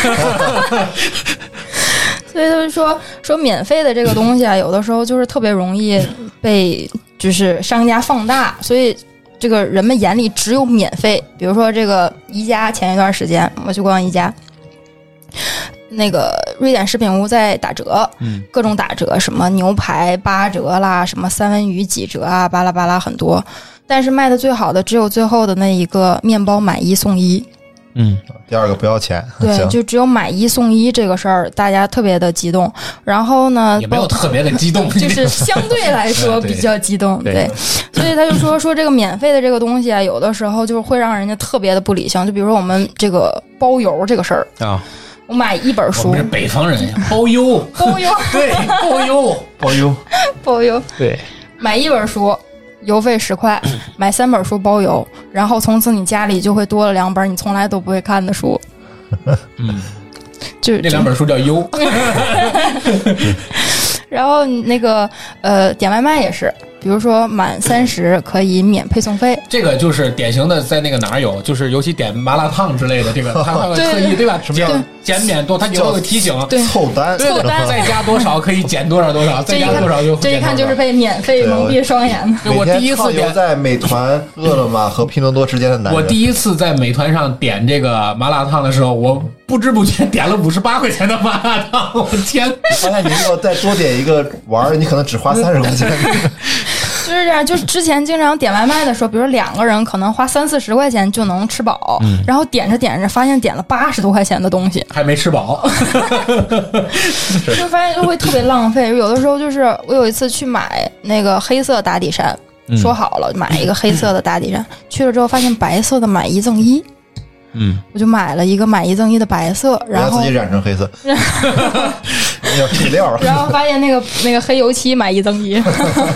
S3: 所以就是说说免费的这个东西啊，有的时候就是特别容易被就是商家放大，所以这个人们眼里只有免费。比如说这个宜家，前一段时间我去逛宜家，那个瑞典食品屋在打折，
S1: 嗯
S3: 各种打折，什么牛排八折啦，什么三文鱼几折啊，巴拉巴拉很多。但是卖的最好的只有最后的那一个面包买一送一，
S1: 嗯，
S2: 第二个不要钱，
S3: 对，
S2: 行，
S3: 就只有买一送一这个事儿，大家特别的激动。然后呢，
S1: 也没有特别的激动，
S3: 嗯就是相对来说
S1: 对
S3: 比较激 动，
S1: 对
S3: 对，所以他就说说这个免费的这个东西啊，有的时候就是会让人家特别的不理性。就比如说我们这个包邮这个事儿，
S1: 啊。
S3: 我买一 本
S1: 我
S3: 书
S1: 们是，北方人呀，包邮，
S3: 嗯包邮
S1: 对，包邮，
S2: 包邮，
S3: 包邮，
S1: 对，
S3: 买一本书。邮费 十块，买三本书包邮，然后从此你家里就会多了两本你从来都不会看的书，
S1: 嗯，
S3: 就
S1: 那两本书叫优，
S3: 然后那个呃点外卖也是，比如说满三十可以免配送费，
S1: 这个就是典型的在那个哪儿有，就是尤其点麻辣烫之类的，这 个他会
S3: 对
S1: 特意对吧？什
S2: 么叫
S1: 减免多？他有个提醒，
S3: 对
S2: 凑单，
S3: 凑单
S1: 再加多少可以减多少多少，
S3: 这
S1: 再
S3: 一
S1: 加
S3: 看
S1: 多少就
S3: 这一看就是被免费
S2: 对
S3: 蒙蔽双眼的。
S1: 对我第一次
S2: 留
S1: 点。
S2: 在美团、饿了么和拼多多之间的男人，
S1: 我第一次在美团上点这个麻辣烫的时候，我不知不觉点了五十八块钱的麻辣烫，我天！
S2: 发现你如果再多点一个玩儿，你可能只花三十块 钱。
S3: 就是这样，就是之前经常点外卖的时候，比如两个人可能花三四十块钱就能吃饱，
S2: 嗯
S3: 然后点着点着发现点了八十多块钱的东西，
S1: 还没吃饱，
S3: 就发现就会特别浪费。有的时候就是我有一次去买那个黑色打底衫，
S2: 嗯
S3: 说好了买一个黑色的打底衫，去了之后发现白色的买一赠一，
S1: 嗯，
S3: 我就买了一个买一赠一的白色，然
S2: 人家
S3: 后
S2: 自己染成黑色，你 要配料。
S3: 然后发现那个那个黑油漆买一赠一，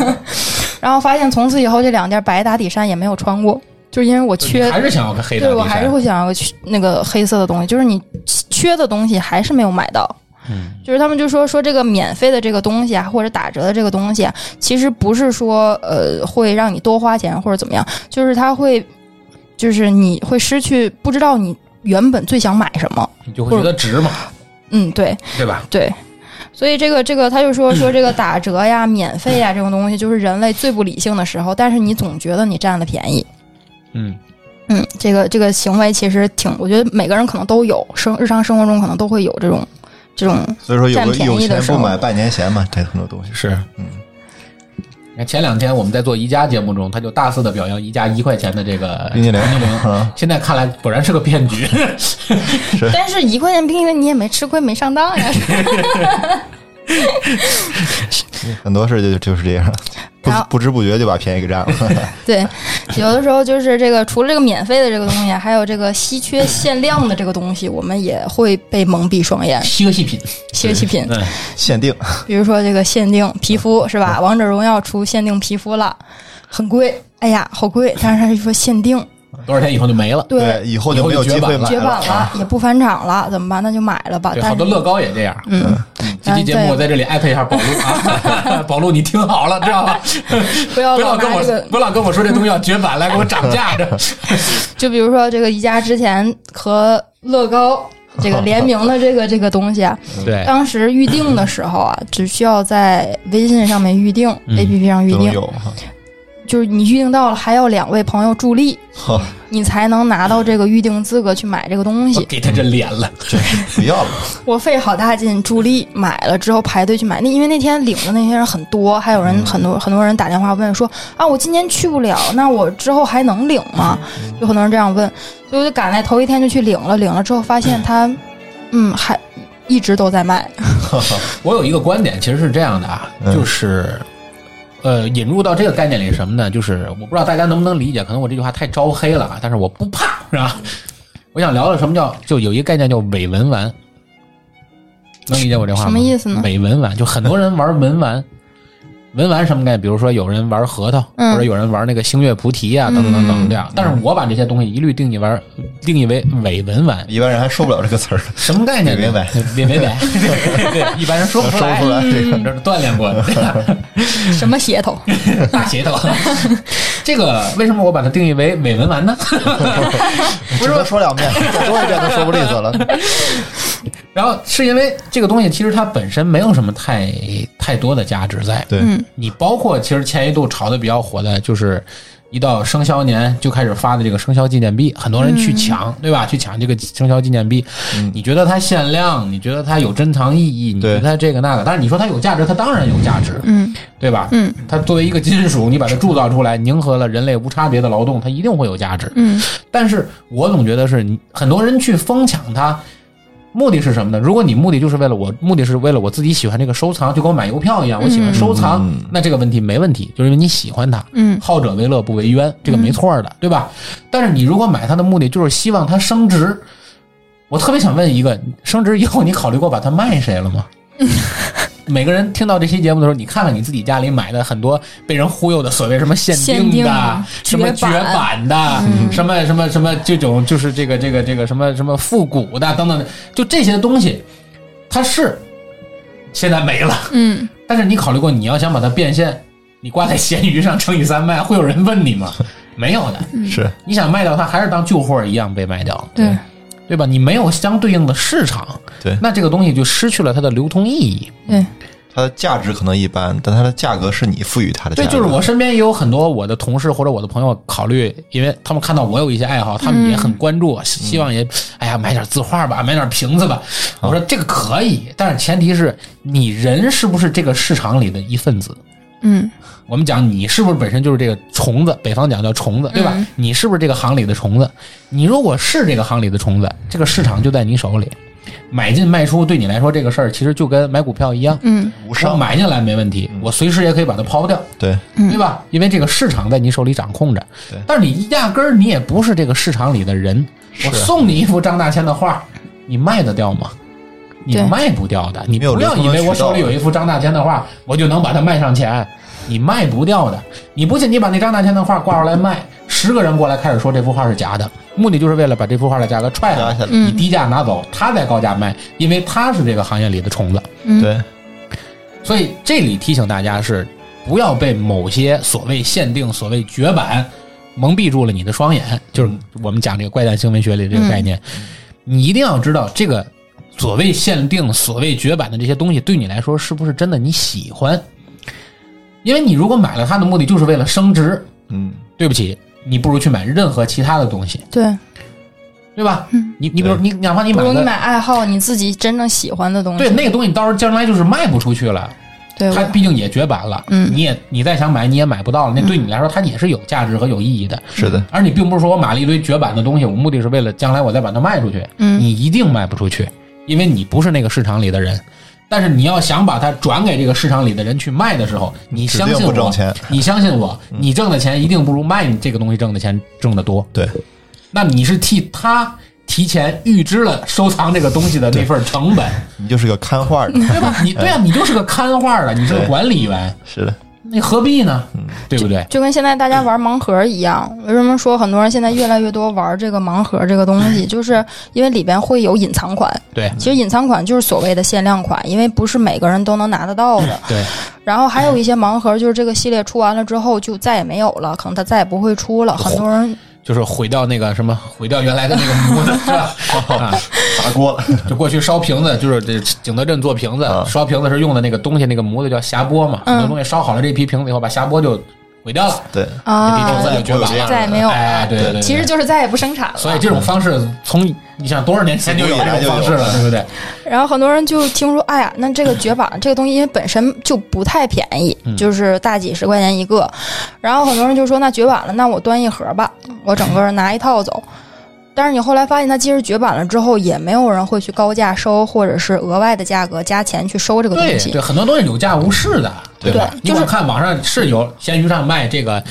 S3: 然后发现从此以后这两件白打底衫也没有穿过，就是因为我缺
S1: 还，是想要个黑的。
S3: 对我还是会想要个缺那个黑色的东西，就是你缺的东西还是没有买到。
S1: 嗯
S3: 就是他们就说说这个免费的这个东西啊，或者打折的这个东西啊，其实不是说呃会让你多花钱或者怎么样，就是它会，就是你会失去不知道你原本最想买什么。
S1: 你就会觉得值嘛，
S3: 嗯，对
S1: 对吧？
S3: 对。所以这个这个，他就说说这个打折呀、免费呀这种东西，就是人类最不理性的时候。但是你总觉得你占了便宜，
S1: 嗯，
S3: 嗯，这个这个行为其实挺，我觉得每个人可能都有，生日常生活中可能都会有这种这种，
S2: 所以说有
S3: 占
S2: 个
S3: 便宜
S2: 有钱
S3: 的时
S2: 不
S3: 候
S2: 买半年闲嘛，这很多东西
S1: 是。
S2: 嗯，
S1: 你看前两天我们在做宜家节目中，他就大肆的表扬宜家一块钱的这个
S2: 冰激凌
S1: 冰激凌。
S2: 啊，
S1: 现在看来果然是个骗局。
S3: 但是一块钱冰淇淋你也没吃亏，没上当呀。
S2: 很多事就就是这样，不
S3: 然后
S2: 不知不觉就把便宜给占了。
S3: 对，有的时候就是这个，除了这个免费的这个东西，还有这个稀缺限量的这个东西，我们也会被蒙蔽双眼。
S1: 奢侈品，
S3: 奢侈品，
S1: 嗯，
S2: 限定，
S3: 比如说这个限定皮肤是吧？王者荣耀出限定皮肤了，很贵，哎呀，好贵！但是他就说限定，
S1: 多少天以后就没了。
S3: 对，
S2: 以后就没有机会买
S3: 绝版了
S2: 啊，
S3: 也不返场了，怎么办？那就买了吧。
S1: 对，
S3: 但
S1: 好
S3: 是
S1: 多乐高也这样。
S3: 嗯，
S1: 这期节目我在这里艾特一下宝路 啊， 宝路你听好了，知道吧？
S3: 不要
S1: 不要
S3: 老
S1: 跟
S3: 拿
S1: 我
S3: 这个，
S1: 不要老跟我说这东西要绝版，来给我涨价的。
S3: 就比如说这个宜家之前和 乐高这个联名的这个这个东西啊，
S1: 对
S3: 当时预定的时候啊，只需要在微信上面预定，APP
S1: 嗯
S3: 上预
S2: 都
S3: 定，
S2: 有啊哈
S3: 就是你预定到了，还要两位朋友助力，
S2: 哈，
S3: 你才能拿到这个预定资格去买这个东
S1: 我
S3: 西。
S1: 给他这脸了，
S2: 不要了，
S3: 我费好大劲助力买了之后排队去买，那因为那天领的那些人很多，还有人很多、很多人打电话问说啊，我今年去不了，那我之后还能领吗？有很多人这样问，所以我就赶在头一天就去领了，领了之后发现他，嗯，还一直都在卖，
S1: 我有一个观点，其实是这样的啊，
S2: 嗯
S1: 就是，呃，引入到这个概念里是什么呢？就是我不知道大家能不能理解，可能我这句话太招黑了啊，但是我不怕，是吧？我想聊聊什么叫，就有一个概念叫伪文玩，能理解我这话吗？
S3: 什么意思呢
S1: 伪文玩就很多人玩文玩。文玩什么概念？比如说有人玩核桃，
S3: 嗯
S1: 或者有人玩那个星月菩提啊，等等等等这样。但是我把这些东西一律定义玩，定义为伪文玩，
S2: 一般人还受不了这个词儿，
S1: 什么概念呢？
S2: 别摆
S1: 别别 摆，对对，一般人说不
S2: 说
S1: 出来，嗯
S2: 不出来这个。
S1: 你这是锻炼过的
S3: 什么噱头？
S1: 大邪头。这个为什么我把它定义为伪文玩呢？
S2: 不是说两 遍，再说一遍都说不利索了。
S3: 嗯
S1: 然后是因为这个东西其实它本身没有什么太太多的价值在。
S2: 对，
S1: 你包括其实前一度炒的比较火的就是。一到生肖年就开始发的这个生肖纪念币，很多人去
S2: 嗯
S1: 抢，对吧？去抢这个生肖纪念币，你觉得它限量，你觉得它有珍藏意义，你觉
S2: 对
S1: 得它这个那个，但是你说它有价值，它当然有价值，
S3: 嗯
S1: 对吧？
S3: 嗯，
S1: 它作为一个金属，你把它铸造出来，迎合了人类无差别的劳动，它一定会有价值。
S3: 嗯
S1: 但是我总觉得是你很多人去疯抢它，目的是什么呢？如果你目的就是为了我，目的是为了我自己喜欢这个收藏，就跟我买邮票一样，我喜欢收藏，那这个问题没问题，就是因为你喜欢它。
S3: 嗯
S1: 好者为乐不为冤，这个没错的，对吧？但是你如果买它的目的就是希望它升值，我特别想问一个：升值以后，你考虑过把它卖谁 了吗？每个人听到这期节目的时候，你看看你自己家里买的很多被人忽悠的所谓什么限
S3: 限定
S1: 的、
S3: 啊
S1: 什么绝
S3: 绝版嗯
S1: 版的、什么什么什么这种，就是这个这个这个什么什么复古的等等的，就这些东西，它是现在没了，
S3: 嗯，
S1: 但是你考虑过，你要想把它变现，你挂在闲鱼上乘以三卖，会有人问你吗？没有的。
S2: 是
S1: 你想卖掉它，还是当旧货一样被卖掉，
S3: 对，
S1: 对吧？你没有相对应的市场，
S2: 对
S1: 那这个东西就失去了它的流通意义。
S3: 对，
S2: 它的价值可能一般，但它的价格是你赋予它的价
S1: 对，
S2: 格。
S1: 就是我身边也有很多我的同事或者我的朋友考虑，因为他们看到我有一些爱好，他们也很关注，希望也，哎呀，买点字画吧，买点瓶子吧。我说这个可以，但是前提是你人是不是这个市场里的一份子。
S3: 嗯
S1: 我们讲你是不是本身就是这个虫子，北方讲叫虫子，对吧？你是不是这个行里的虫子？你如果是这个行里的虫子，这个市场就在你手里，买进卖出对你来说这个事儿其实就跟买股票一样，
S3: 嗯
S2: 无
S1: 我
S2: 伤，
S1: 买进来没问题，我随时也可以把它抛掉，
S2: 对
S3: 嗯
S1: 对吧？因为这个市场在你手里掌控着
S2: 对，
S1: 但是你压根儿你也不是这个市场里的人。
S2: 啊
S1: 我送你一幅张大千的画，你卖得掉吗？你
S3: 对
S1: 卖不掉的，你
S2: 没有
S1: 不要
S2: 流通
S1: 以
S2: 的
S1: 为我
S2: 渠道
S1: 手里有一幅张大千的画，我就能把它卖上钱，你卖不掉的。你不信，你把那张大千的画挂出来卖，十个人过来开始说这幅画是假的，目的就是为了把这幅画的价格踹
S2: 加
S1: 了，
S2: 起来，
S1: 你
S3: 嗯
S1: 低价拿走，他再高价卖，因为他是这个行业里的虫子。
S3: 嗯，
S2: 对
S1: 所以这里提醒大家是，不要被某些所谓限定、所谓绝版蒙蔽住了你的双眼，就是我们讲这个怪诞行为学里这个概念。
S3: 嗯
S1: 你一定要知道，这个所谓限定、所谓绝版的这些东西，对你来说是不是真的你喜欢？因为你如果买了它的目的就是为了升值，
S2: 嗯，
S1: 对不起，你不如去买任何其他的东西，
S3: 对，
S1: 对吧？你你比如
S2: 对
S1: 你哪怕你
S3: 嗯不
S1: 买
S3: 如你
S1: 了
S3: 买爱好你自己真正喜欢的东西。
S1: 对那个东西，到时候将来就是卖不出去了，
S3: 对，
S1: 它
S3: 我
S1: 毕竟也绝版了，
S3: 嗯
S1: 你也你再想买你也买不到了，那对你来说它也是有价值和有意义的。
S2: 是的，
S1: 而你并不是说我买了一堆绝版的东西，我目的是为了将来我再把它卖出去，
S3: 嗯
S1: 你一定卖不出去，因为你不是那个市场里的人。但是你要想把它转给这个市场里的人去卖的时候，你
S2: 指
S1: 相
S2: 定
S1: 信
S2: 不
S1: 我，
S2: 挣钱嗯
S1: 你相信我，你挣的钱一定不如卖你这个东西挣的钱挣得多。
S2: 对，
S1: 那你是替他提前预支了收藏这个东西的那份成 本，
S2: 你就是个看画的，
S1: 对吧？你对啊，你就是个看画的，你是个
S2: 对
S1: 管理员，
S2: 是的，嗯
S1: 那何必呢？对不对？
S3: 就跟现在大家玩盲盒一样，为什么说很多人现在越来越多玩这个盲盒这个东西， 就是因为里边会有隐藏款。
S1: 对
S3: 其实隐藏款就是所谓的限量款，因为不是每个人都能拿得到 的。
S1: 对，
S3: 然后还有一些盲盒，就是这个系列出完了之后就再也没有了，可能它再也不会出了。很多人
S1: 就是毁掉那个什么，毁掉原来的那个模子，是吧？啊，
S2: 砸锅了，
S1: 就过去烧瓶子，就是这景德镇做瓶子，
S2: 啊
S1: 烧瓶子时用的那个东西，那个模子叫匣钵嘛。
S3: 嗯
S1: 很多东西烧好了这批瓶子以后，把匣钵就毁掉了，
S2: 对，
S1: 这批瓶
S3: 啊
S1: 子，就绝版
S2: 有这
S1: 了，
S2: 样
S3: 再也没有了。
S1: 哎，对对对，
S3: 其实就是再也不生产了。
S1: 所以这种方式从你想多少年啊前就有这种方式了，对不对？
S3: 然后很多人就听说，哎呀，那这个绝版这个东西，因为本身就不太便宜，就是大几十块钱一个。然后很多人就说，那绝版了，那我端一盒吧，我整个拿一套走。但是你后来发现，它即使绝版了之后，也没有人会去高价收，或者是额外的价格加钱去收这个东
S1: 对
S3: 西。
S1: 对，很多东西有价无市的，
S2: 对啊
S1: 吧？
S3: 对
S1: 你
S3: 就是
S1: 光看网上是有闲鱼上卖这个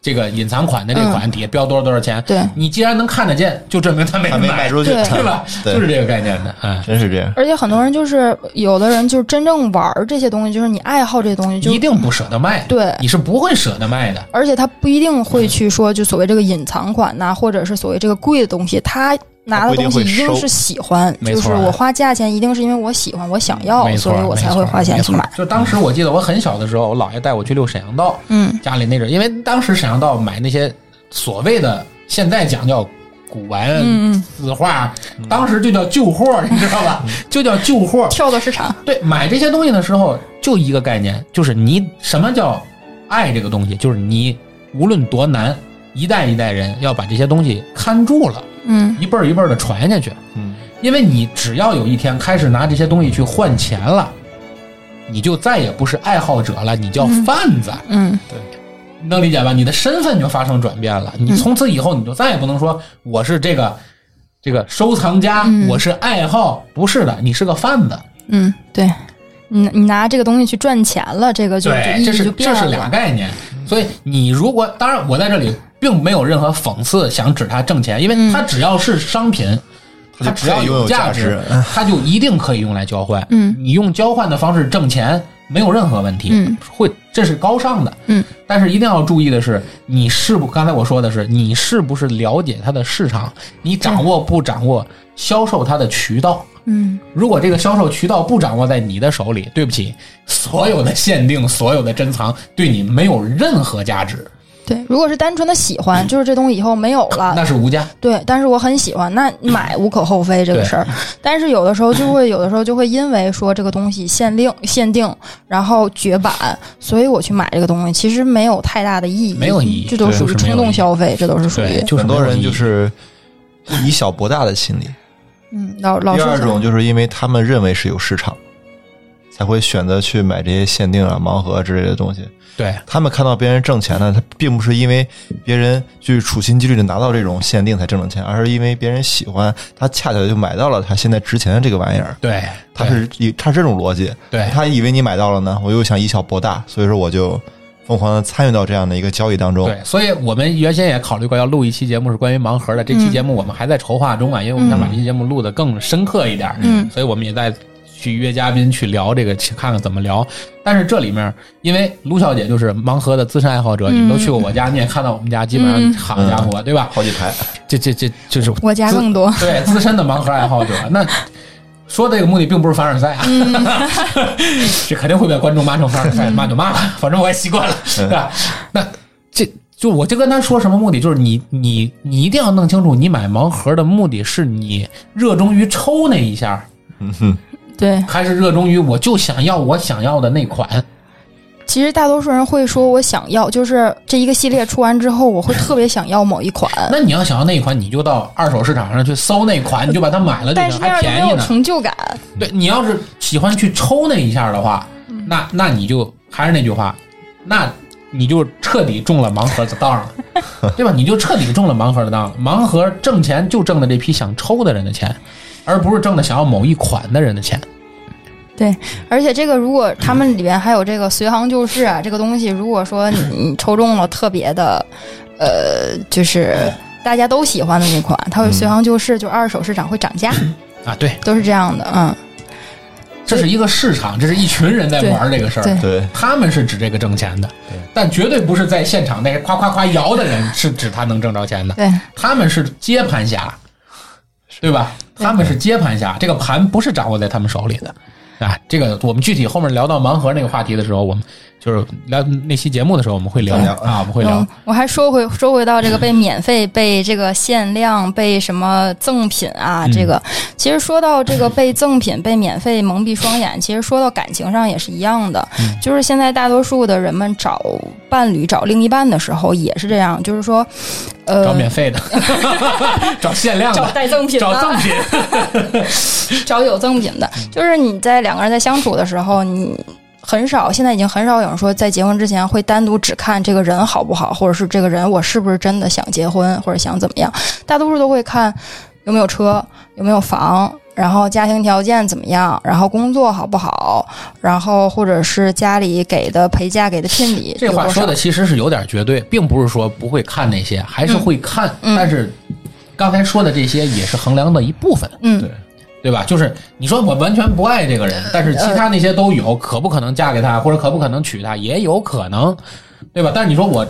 S1: 这个隐藏款的这
S3: 嗯
S1: 款，底下标多少多少钱，
S3: 对
S1: 你既然能看得见，就证明他没
S2: 还没卖出去，嗯
S3: 对
S1: 对吧？
S2: 对
S1: 就是这个概念的，哎。
S2: 真是这样，
S3: 而且很多人就是，有的人就是真正玩儿这些东西，就是你爱好这些东西，就
S1: 一定不舍得卖，
S3: 对
S1: 你是不会舍得卖的。
S3: 而且他不一定会去说，就所谓这个隐藏款呐、或者是所谓这个贵的东西，他拿的东西一定是喜欢，
S1: 没
S3: 就
S1: 错啊
S3: 是我花价钱一定是因为我喜欢，我想
S1: 没
S3: 要，
S1: 错啊
S3: 哦所以我才会花钱去买。
S1: 就当时我记得我很小的时候，我姥爷带我去溜沈阳道，
S3: 嗯
S1: 家里那阵，因为当时沈阳道买那些所谓的现在讲叫古玩、
S3: 嗯嗯，
S1: 字画，当时就叫旧货，你知道吧？就叫旧货。
S3: 跳蚤市场，
S1: 对，买这些东西的时候，就一个概念，就是你什么叫爱这个东西，就是你无论多难，一代一代人要把这些东西看住了，
S3: 嗯
S1: 一辈儿一辈儿的传下去。
S2: 嗯，
S1: 因为你只要有一天开始拿这些东西去换钱了，你就再也不是爱好者了，你叫贩子，
S3: 嗯，
S1: 能理解吧？你的身份就发生转变了，你从此以后你就再也不能说我是这个这个收藏家，
S3: 嗯
S1: 我是爱好，不是的，你是个贩子。
S3: 嗯，对，你你拿这个东西去赚钱了，这个就就意
S1: 这
S3: 义
S1: 是
S3: 就变
S1: 这是俩
S3: 了。
S1: 概念。所以你如果当然，我在这里并没有任何讽刺，想指他挣钱，因为
S3: 嗯
S1: 他只要是商品，
S2: 它
S1: 它
S2: 就
S1: 只要
S2: 配拥有
S1: 价
S2: 价值，
S1: 它就一定可以用来交换。
S3: 嗯
S1: 你用交换的方式挣钱没有任何问题，
S3: 嗯
S1: 会这是高尚的。
S3: 嗯，
S1: 但是一定要注意的是，你是不刚才我说的是，你是不是了解它的市场，你掌握不掌握销售它的渠道？
S3: 嗯，
S1: 如果这个销售渠道不掌握在你的手里，对不起，所有的限定、所有的珍藏对你没有任何价值，
S3: 对，如果是单纯的喜欢，就是这东西以后没有
S2: 啊
S3: 了，
S1: 那是无价。
S3: 对，但是我很喜欢，那买无可厚非这个事儿。但是有的时候就会，有的时候就会因为说这个东西限令、限定，然后绝版，所以我去买这个东西，其实没有太大的意义，
S1: 没有意义
S3: 这都
S2: 对
S3: 属于
S1: 就是没有意
S3: 冲动
S1: 义
S3: 消费，这都是属于
S1: 对，就是
S2: 很多
S1: 没有
S2: 人
S1: 意义
S2: 就是以小博大的心理。
S3: 嗯，老老
S2: 第
S3: 师
S2: 二种就是因为他们认为是有市场，才会选择去买这些限定啊、盲盒之类的东西。
S1: 对
S2: 他们看到别人挣钱呢，他并不是因为别人去处心积虑的拿到这种限定才挣了钱，而是因为别人喜欢，他恰巧就买到了他现在值钱的这个玩意儿。
S1: 对，哎
S2: 他是以他是这种逻辑，
S1: 对
S2: 他以为你买到了呢，我又想以小博大，所以说我就疯狂的参与到这样的一个交易当中。
S1: 对，所以我们原先也考虑过要录一期节目是关于盲盒的，这
S2: 嗯
S1: 期节目我们还在筹划中啊，因为我们想把这期节目录得更深刻一点，
S3: 嗯，
S1: 所以我们也在去约嘉宾去聊这个，去看看怎么聊。但是这里面，因为卢小姐就是盲盒的资深爱好者，你们都去过我家，你也看到我们家基本上好家伙，对吧？
S2: 嗯好几排，
S1: 这这这就是
S3: 我家
S1: 资
S3: 更多，
S1: 对资深的盲盒爱好者，那说这个目的并不是凡尔赛啊，
S2: 嗯
S1: 这肯定会被观众骂成凡尔赛，骂就骂吧，反正我也习惯了，对吧？那这就我就跟他说什么目的，就是你你你一定要弄清楚，你买盲盒的目的是你热衷于抽那一下，
S2: 嗯哼，
S3: 对，
S1: 还是热衷于我就想要我想要的那款？
S3: 其实大多数人会说我想要，就是这一个系列出完之后，我会特别想要某一款，
S1: 那你要想要那一款，你就到二手市场上去搜那款，你就把它买了就
S3: 但
S1: 行，
S3: 是那
S1: 还
S3: 样就
S1: 便
S3: 没
S1: 宜
S3: 有
S1: 呢。
S3: 成就感。
S1: 对你要是喜欢去抽那一下的话，
S3: 嗯
S1: 那那你就还是那句话，那你就彻底中了盲盒的 当了，对吧？你就彻底中了盲盒的当了。盲盒挣钱就挣的这批想抽的人的钱，而不是挣的想要某一款的人的钱。
S3: 而且这个如果他们里边还有这个随行就市啊，这个东西，如果说你你抽中了特别的，呃，就是
S1: 哎
S3: 大家都喜欢的那款，它会随行就市，就二手市场会涨价，
S1: 啊，对，
S3: 都是这样的。嗯，
S1: 这是一个市场，这是一群人在玩这个事
S3: 对
S1: 儿，
S2: 对，
S1: 他们是指这个挣钱的，但绝对不是在现场那夸夸夸摇的 人是指他能挣着钱的。
S3: 对，
S1: 他们是接盘侠，对吧？他们是接盘侠，这个盘不是掌握在他们手里的。啊，这个我们具体后面聊到盲盒那个话题的时候，我们就是聊那期节目的时候，我们会聊
S2: 再聊
S1: 啊，我们会聊
S3: 嗯。，我还说回说回到这个被 免费、被这个限量、被什么赠品啊，
S1: 嗯
S3: 这个其实说到这个被赠品、被免费蒙蔽双眼，其实说到感情上也是一样的，
S1: 嗯
S3: 就是现在大多数的人们找伴侣、找另一半的时候也是这样，就是说，
S1: 找
S3: 呃。
S1: 免 费的，找限量
S3: 找
S1: 的，
S3: 带赠品啊
S1: 找
S3: 的，
S1: 赠 品。
S3: 找有赠品的，就是你在两个人在相处的时候，你很少，现在已经很少有人说在结婚之前会单独只看这个人好不好，或者是这个人我是不是真的想结婚或者想怎么样，大多数都会看有没有车，有没有房。然后家庭条件怎么样？然后工作好不好？然后或者是家里给的陪嫁、给的聘礼
S1: 这
S3: 有
S1: 话
S3: 多
S1: 说
S3: 少
S1: 的其实是有点绝对，并不是说不会看那些，还是会看，
S3: 嗯
S1: 但是刚才说的这些也是衡量的一部分。
S3: 嗯
S2: 对，
S1: 对吧？就是你说我完全不爱这个人，但是其他那些都有，可不可能嫁给他，或者可不可能娶她，也有可能，对吧？但是你说我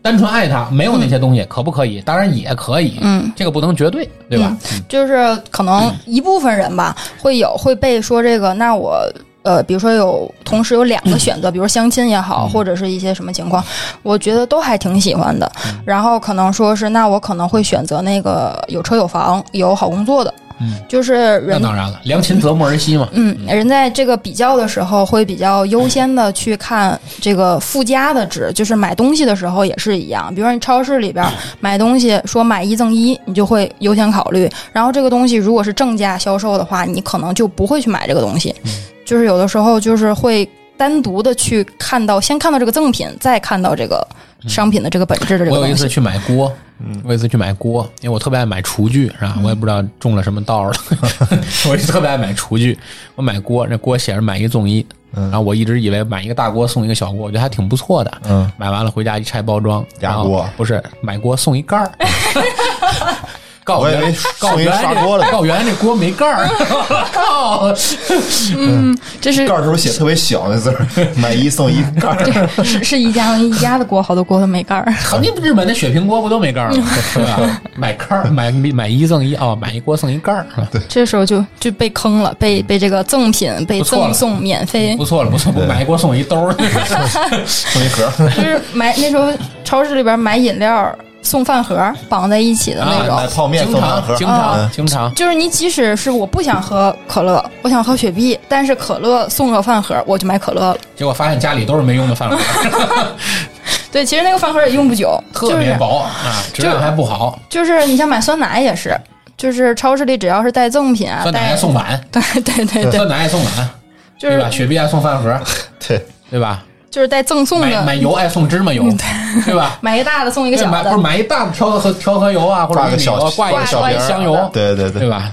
S1: 单纯爱他，没有那些东西，可不可以？当然也可以，
S3: 嗯，
S1: 这个不能绝对，对吧？
S3: 就是可能一部分人吧，会有会被说这个，那我。呃，比如说有同时有两个选择，比如相亲也好，或者是一些什么情况，我觉得都还挺喜欢的。然后可能说是，那我可能会选择那个有车有房、有好工作的，
S1: 嗯
S3: 就是
S1: 那
S3: 人
S1: 当然了，良禽择木而栖嘛。
S3: 嗯，人在这个比较的时候，会比较优
S1: 嗯
S3: 先的去看这个附加的值，就是买东西的时候也是一样。比如说你超市里边
S1: 嗯
S3: 买东西，说买一赠一，你就会优先考虑。然后这个东西如果是正价销售的话，你可能就不会去买这个东西。
S1: 嗯
S3: 就是有的时候就是会单独的去看到，先看到这个赠品，再看到这个商品的这个本质的这
S1: 嗯
S3: 个
S1: 我有一
S3: 东
S1: 次
S3: 西。
S1: 去买锅，
S2: 嗯
S1: 我有一次去买锅，因为我特别爱买厨具，是
S3: 嗯
S1: 吧？我也不知道中了什么道儿了， 我就特别爱买厨具。我买锅，那锅写着买一送一，
S2: 嗯
S1: 然后我一直以为买一个大锅送一个小锅，我觉得还挺不错的。
S2: 嗯，
S1: 买完了回家一拆包装，
S2: 压
S1: 然后
S2: 锅
S1: 不是买锅送一盖 儿。告
S2: 我以为
S1: 原告
S2: 送一
S1: 原
S2: 刷
S1: 这
S2: 锅了
S1: 告原这锅没盖 儿，靠！
S3: 这是
S2: 盖儿时候写特别小那字儿，买一送一盖 儿，
S3: 是是一家一家的锅，好多锅都没盖儿。
S1: 肯定日本的雪平锅不都没盖 儿吗？是吧？买盖儿，买买一赠一哦，买一锅送一盖儿，是吧？
S3: 这时候就就被坑了，被被这个赠品、被
S1: 嗯不错了
S3: 赠送免费
S1: 不，错了，不错，不
S2: 对
S1: 买一锅送一兜儿，
S2: 送一盒，
S3: 就是买那时候超市里边买饮料送饭盒绑在一起的那种。
S1: 啊
S2: 买泡面
S1: 经
S2: 送饭
S1: 常
S2: 盒，
S1: 经
S2: 嗯
S1: 常经常。
S3: 就是你即使是我不想喝可乐，我想喝雪碧，但是可乐送个饭盒，我就买可乐了。
S1: 结果发现家里都是没用的饭盒，
S3: 对，其实那个饭盒也用不久，
S1: 特别薄啊，质量
S3: 就是
S1: 还不好，
S3: 就是就是你想买酸奶也是，就是超市里只要是带赠品啊，
S1: 酸奶
S3: 带
S1: 还送碗，
S3: 对对对对，
S1: 酸奶还送碗，
S3: 就
S1: 对
S3: 是
S1: 吧？雪碧还送饭盒，
S2: 对，
S1: 对吧？
S3: 就是带赠送
S1: 买买
S3: 的，
S1: 油爱送芝麻油，对吧？
S3: 买一大的送一个
S1: 对
S3: 小
S1: 买
S3: 的
S1: 不是，买一大的调和调和油啊，或者
S2: 挂个
S1: 玉米油啊
S2: 小
S1: 挂一
S2: 挂
S1: 个
S2: 个
S3: 小
S1: 挂一
S3: 瓶儿
S1: 箱油，
S2: 对对
S1: 对
S2: 对，
S1: 吧？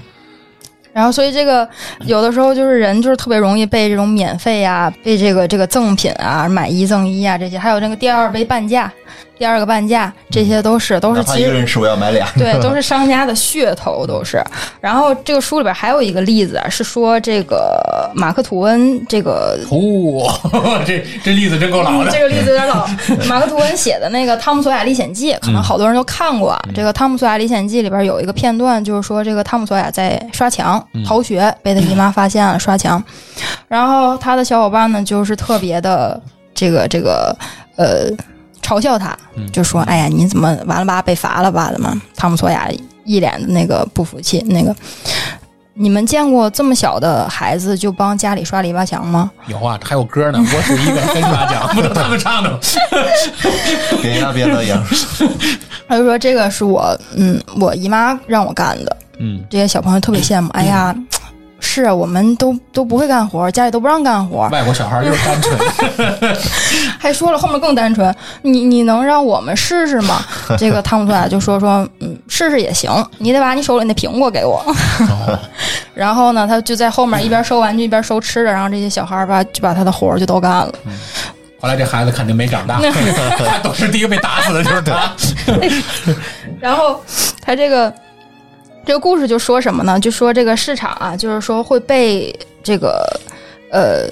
S3: 然后，所以这个有的时候就是人就是特别容易被这种免费啊，被这个这个赠品啊、买一赠一啊这些，还有那个第二杯半价、第二个半价，这些都是都
S2: 哪
S3: 是
S2: 怕
S3: 其
S2: 一个
S3: 实
S2: 人吃，我要买俩，
S3: 对都是商家的噱头都是。然后这个书里边还有一个例子啊，是说这个马克吐温这个。
S1: 哦，这这例子真够老
S3: 嗯
S1: 的
S3: 这。个例子有点 老，马克吐温写的那个《汤姆索亚历险
S1: 嗯
S3: 记》，可能好多人都看过啊。这个《汤姆索亚历险记》里边有一个片段，就是说这个汤姆索亚在刷墙
S1: 嗯
S3: 逃学，被他姨妈发现了刷墙，然后他的小伙伴呢，就是特别的这个这个呃嘲笑他，
S1: 嗯
S3: 就说：“哎呀，你怎么完了吧？被罚了吧？怎么？”汤姆·索亚一脸的那个不服气，那个。你们见过这么小的孩子就帮家里刷篱笆墙吗？
S1: 有啊，还有歌呢，我是一个黑马奖，不能他们唱的。
S2: 别呀别 的也
S3: 他就说这个是我，嗯，我姨妈让我干的。
S1: 嗯，
S3: 这些小朋友特别羡慕，哎呀，是啊我们都都不会干活，家里都不让干 活，
S1: 外国小孩就是单纯，
S3: 还说了后面更单纯，你你能让我们试试吗？这个汤姆·索亚就说说，嗯，试试也行，你得把你手里那苹果给我。然后呢，他就在后面一边收玩具一边收吃的，然后这些小孩儿吧就把他的活儿就都干了。
S1: 后来这孩子肯定没长 大，他懂事第一个被打死的就是他。
S3: 然后他这个这个故事就说什么呢？就说这个市场啊，就是说会被这个呃。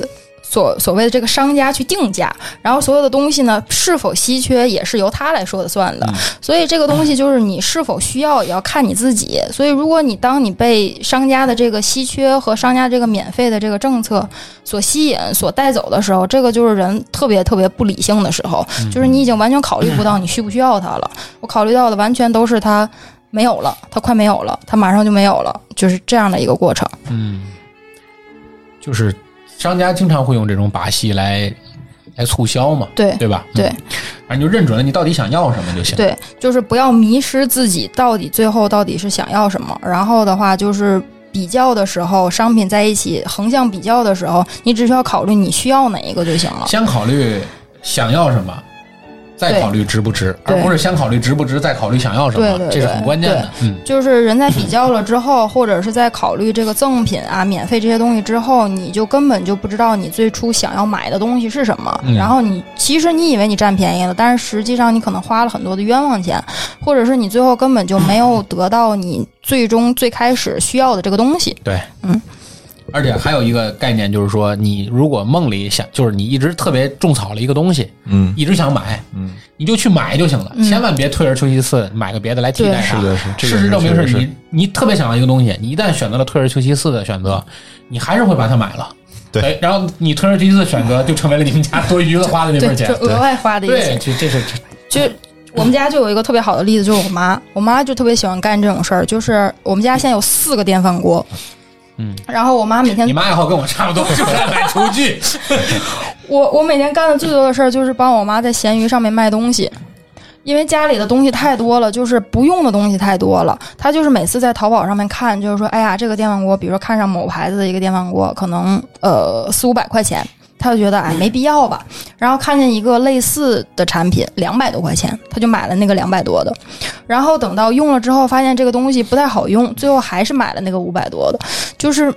S3: 所所谓的这个商家去定价，然后所有的东西呢是否稀缺也是由他来说的算的，所以这个东西就是你是否需要也要看你自己。所以如果你当你被商家的这个稀缺和商家这个免费的这个政策所吸引、所带走的时候，这个就是人特别特别不理性的时候，就是你已经完全考虑不到你需不需要它了。我考虑到的完全都是它没有了，它快没有了，它马上就没有了，就是这样的一个过程。
S1: 嗯，就是商家经常会用这种把戏来来促销嘛，
S3: 对
S1: 对吧？
S3: 对
S1: 嗯，反正就认准了你到底想要什么就行。
S3: 对，就是不要迷失自己到底最后到底是想要什么。然后的话就是。比较的时候，商品在一起横向比较的时候，你只需要考虑你需要哪一个就行了。
S1: 先考虑想要什么，再
S3: 对
S1: 考虑值不值，
S3: 对
S1: 而不是先考虑值不值，再考虑想要什么，
S3: 对对对
S1: 这是很关键的。嗯，
S3: 就是人在比较了之后，或者是在考虑这个赠品啊、免费这些东西之后，你就根本就不知道你最初想要买的东西是什么。
S1: 嗯
S3: 然后你其实你以为你占便宜了，但是实际上你可能花了很多的冤枉钱，或者是你最后根本就没有得到你最终最开始需要的这个东西。
S1: 对，
S3: 嗯。
S1: 而且还有一个概念，就是说，你如果梦里想，就是你一直特别种草了一个东西，
S2: 嗯
S1: 一直想买，
S2: 嗯，
S1: 你就去买就行了，
S3: 嗯
S1: 千万别退而求其次，买个别的来替代它。
S2: 是的是这个
S1: 事实证明
S2: 确实
S1: 是
S2: 是
S1: 你你特别想要一个东西，你一旦选择了退而求其次的选择，你还是会把它买了。
S2: 对
S1: 哎，然后你退而求其次的选择就成为了你们家多余的花的那
S3: 对，
S1: 份钱
S3: 就。额外花的一些
S1: 对，。这这是
S3: 就我们家就有一个特别好的例子，就是我妈，我妈就特别喜欢干这种事儿。就是我们家现在有四个电饭锅，
S1: 嗯，
S3: 然后我妈每天
S1: 你妈爱好跟我差不多，就是爱买厨具。
S3: 我我每天干的最多的事儿就是帮我妈在闲鱼上面卖东西，因为家里的东西太多了，就是不用的东西太多了。她就是每次在淘宝上面看，就是说，哎呀，这个电饭锅，比如说看上某牌子的一个电饭锅，可能呃四五百块钱。她就觉得哎没必要吧，然后看见一个类似的产品两百多块钱，她就买了那个两百多的，然后等到用了之后发现这个东西不太好用，最后还是买了那个五百多的，就是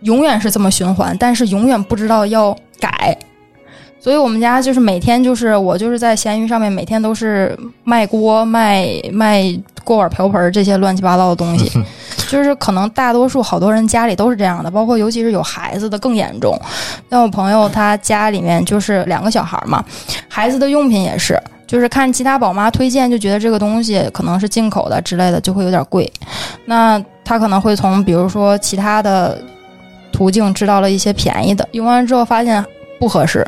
S3: 永远是这么循环，但是永远不知道要改，所以我们家就是每天就是我就是在闲鱼上面每天都是卖锅、卖卖锅碗瓢盆儿这些乱七八糟的东西，就是可能大多数好多人家里都是这样的，包括尤其是有孩子的更严重。像我朋友他家里面就是两个小孩儿嘛，孩子的用品也是。就是看其他宝妈推荐，就觉得这个东西可能是进口的之类的，就会有点贵。那他可能会从比如说其他的途径知道了一些便宜的，用完之后发现不合适，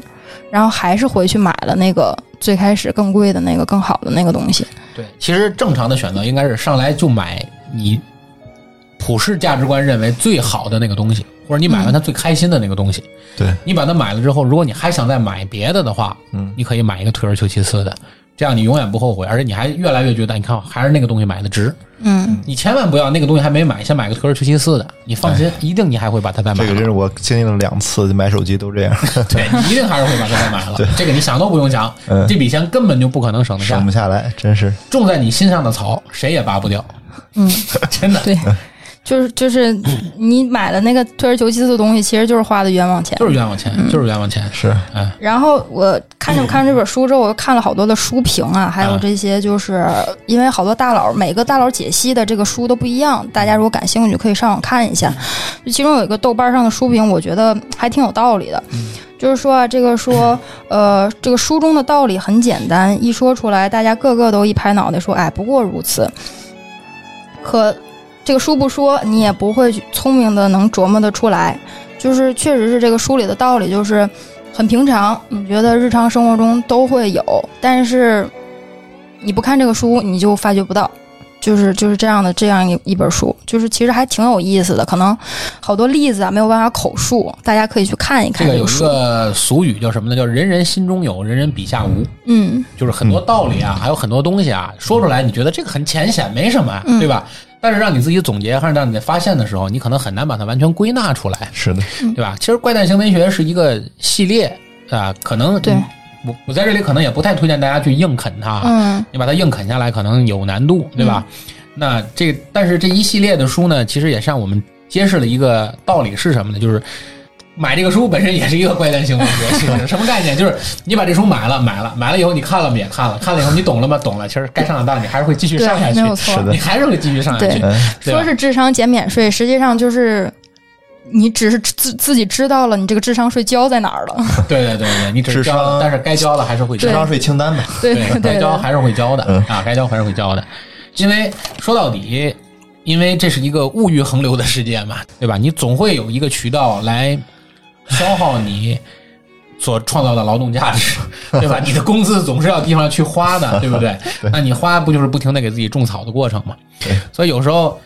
S3: 然后还是回去买了那个最开始更贵的那个更好的那个东西。
S1: 对，其实正常的选择应该是上来就买你普世价值观认为最好的那个东西，或者你买完它最开心的那个东西。
S2: 嗯对，
S1: 你把它买了之后，如果你还想再买别的的话，
S2: 嗯
S1: 你可以买一个退而求其次的，这样你永远不后悔，而且你还越来越觉得，你看还是那个东西买的值。
S3: 嗯，
S1: 你千万不要那个东西还没买，先买个退而求其次的，你放心，一定你还会把它再买
S2: 哎这
S1: 了。
S2: 个真是我经历了两次买手机 都这样，
S1: 对你一定还是会把它再买了。这个你想都不用想，
S2: 嗯
S1: 这笔钱根本就不可能省得下
S2: 省不。下来，真是
S1: 种在你心上的草，谁也拔不掉。
S3: 嗯，
S1: 真的。
S3: 对，就是就是你买的那个退而求其次的东西，其实就是花的冤枉钱
S1: 就。是冤枉钱，
S2: 嗯
S1: 就是冤枉钱。
S2: 是
S1: 哎，
S3: 然后我看着看这本书之后，我又看了好多的书评啊，还有这些就是因为好多大佬每个大佬解析的这个书都不一样，大家如果感兴趣可以上网看一下。就其中有一个豆瓣上的书评，我觉得还挺有道理的，就是说啊，这个说呃，这个书中的道理很简单，一说出来大家个个都一拍脑袋说，哎，不过如此。可这个书不说，你也不会去聪明的能琢磨得出来。就是确实是这个书里的道理，就是很平常，你觉得日常生活中都会有，但是你不看这个书，你就发觉不到。就是就是这样的这样一一本书，就是其实还挺有意思的，可能好多例子啊没有办法口述，大家可以去看一
S1: 这
S3: 看
S1: 个有
S3: 个
S1: 一
S3: 书。
S1: 个俗语叫什么呢？叫“人人心中有，人人笔下无”。
S3: 嗯
S1: 就是很多道理啊，还有很多东西啊，说出来你觉得这个很浅显，没什么，
S3: 嗯
S1: 对吧？但是让你自己总结，还是让你发现的时候，你可能很难把它完全归纳出来，
S2: 是的，
S1: 对吧？其实《怪诞行为学》是一个系列啊、可能
S3: 对
S1: 我我在这里可能也不太推荐大家去硬啃它，啊
S3: 嗯
S1: 你把它硬啃下来可能有难度，对吧？那这个但是这一系列的书呢，其实也向我们揭示了一个道理是什么呢？就是买这个书本身也是一个怪诞行为学，其实什么概念？就是你把这书买了，买了，买了以后你看了吗？也看了，看了以后你懂了吗？懂了。其实该上的道理还是会继续
S3: 对
S1: 上下，去
S3: 没，有错。
S2: 是的
S1: 你还是会继续上下去
S3: 对。
S2: 嗯，
S1: 对吧
S3: 说是智商减免税，实际上就是你只是自自己知道了你这个智商税交在哪儿 了。
S1: 对对对对，你只是
S2: 智
S1: 交了，
S2: 商
S1: 但是该交的还是会交
S2: 智。商税清单吧，
S3: 对对
S1: 该
S3: 对
S1: 交还是会交的
S2: 嗯
S1: 啊，该交还是会交的，因为说到底，因为这是一个物欲横流的世界嘛，对吧？你总会有一个渠道来消耗你所创造的劳动价值， 对吧？你的工资总是要地方去花的，对不 对？那你花不就是不停的给自己种草的过程吗？
S2: 对
S1: 所以有时候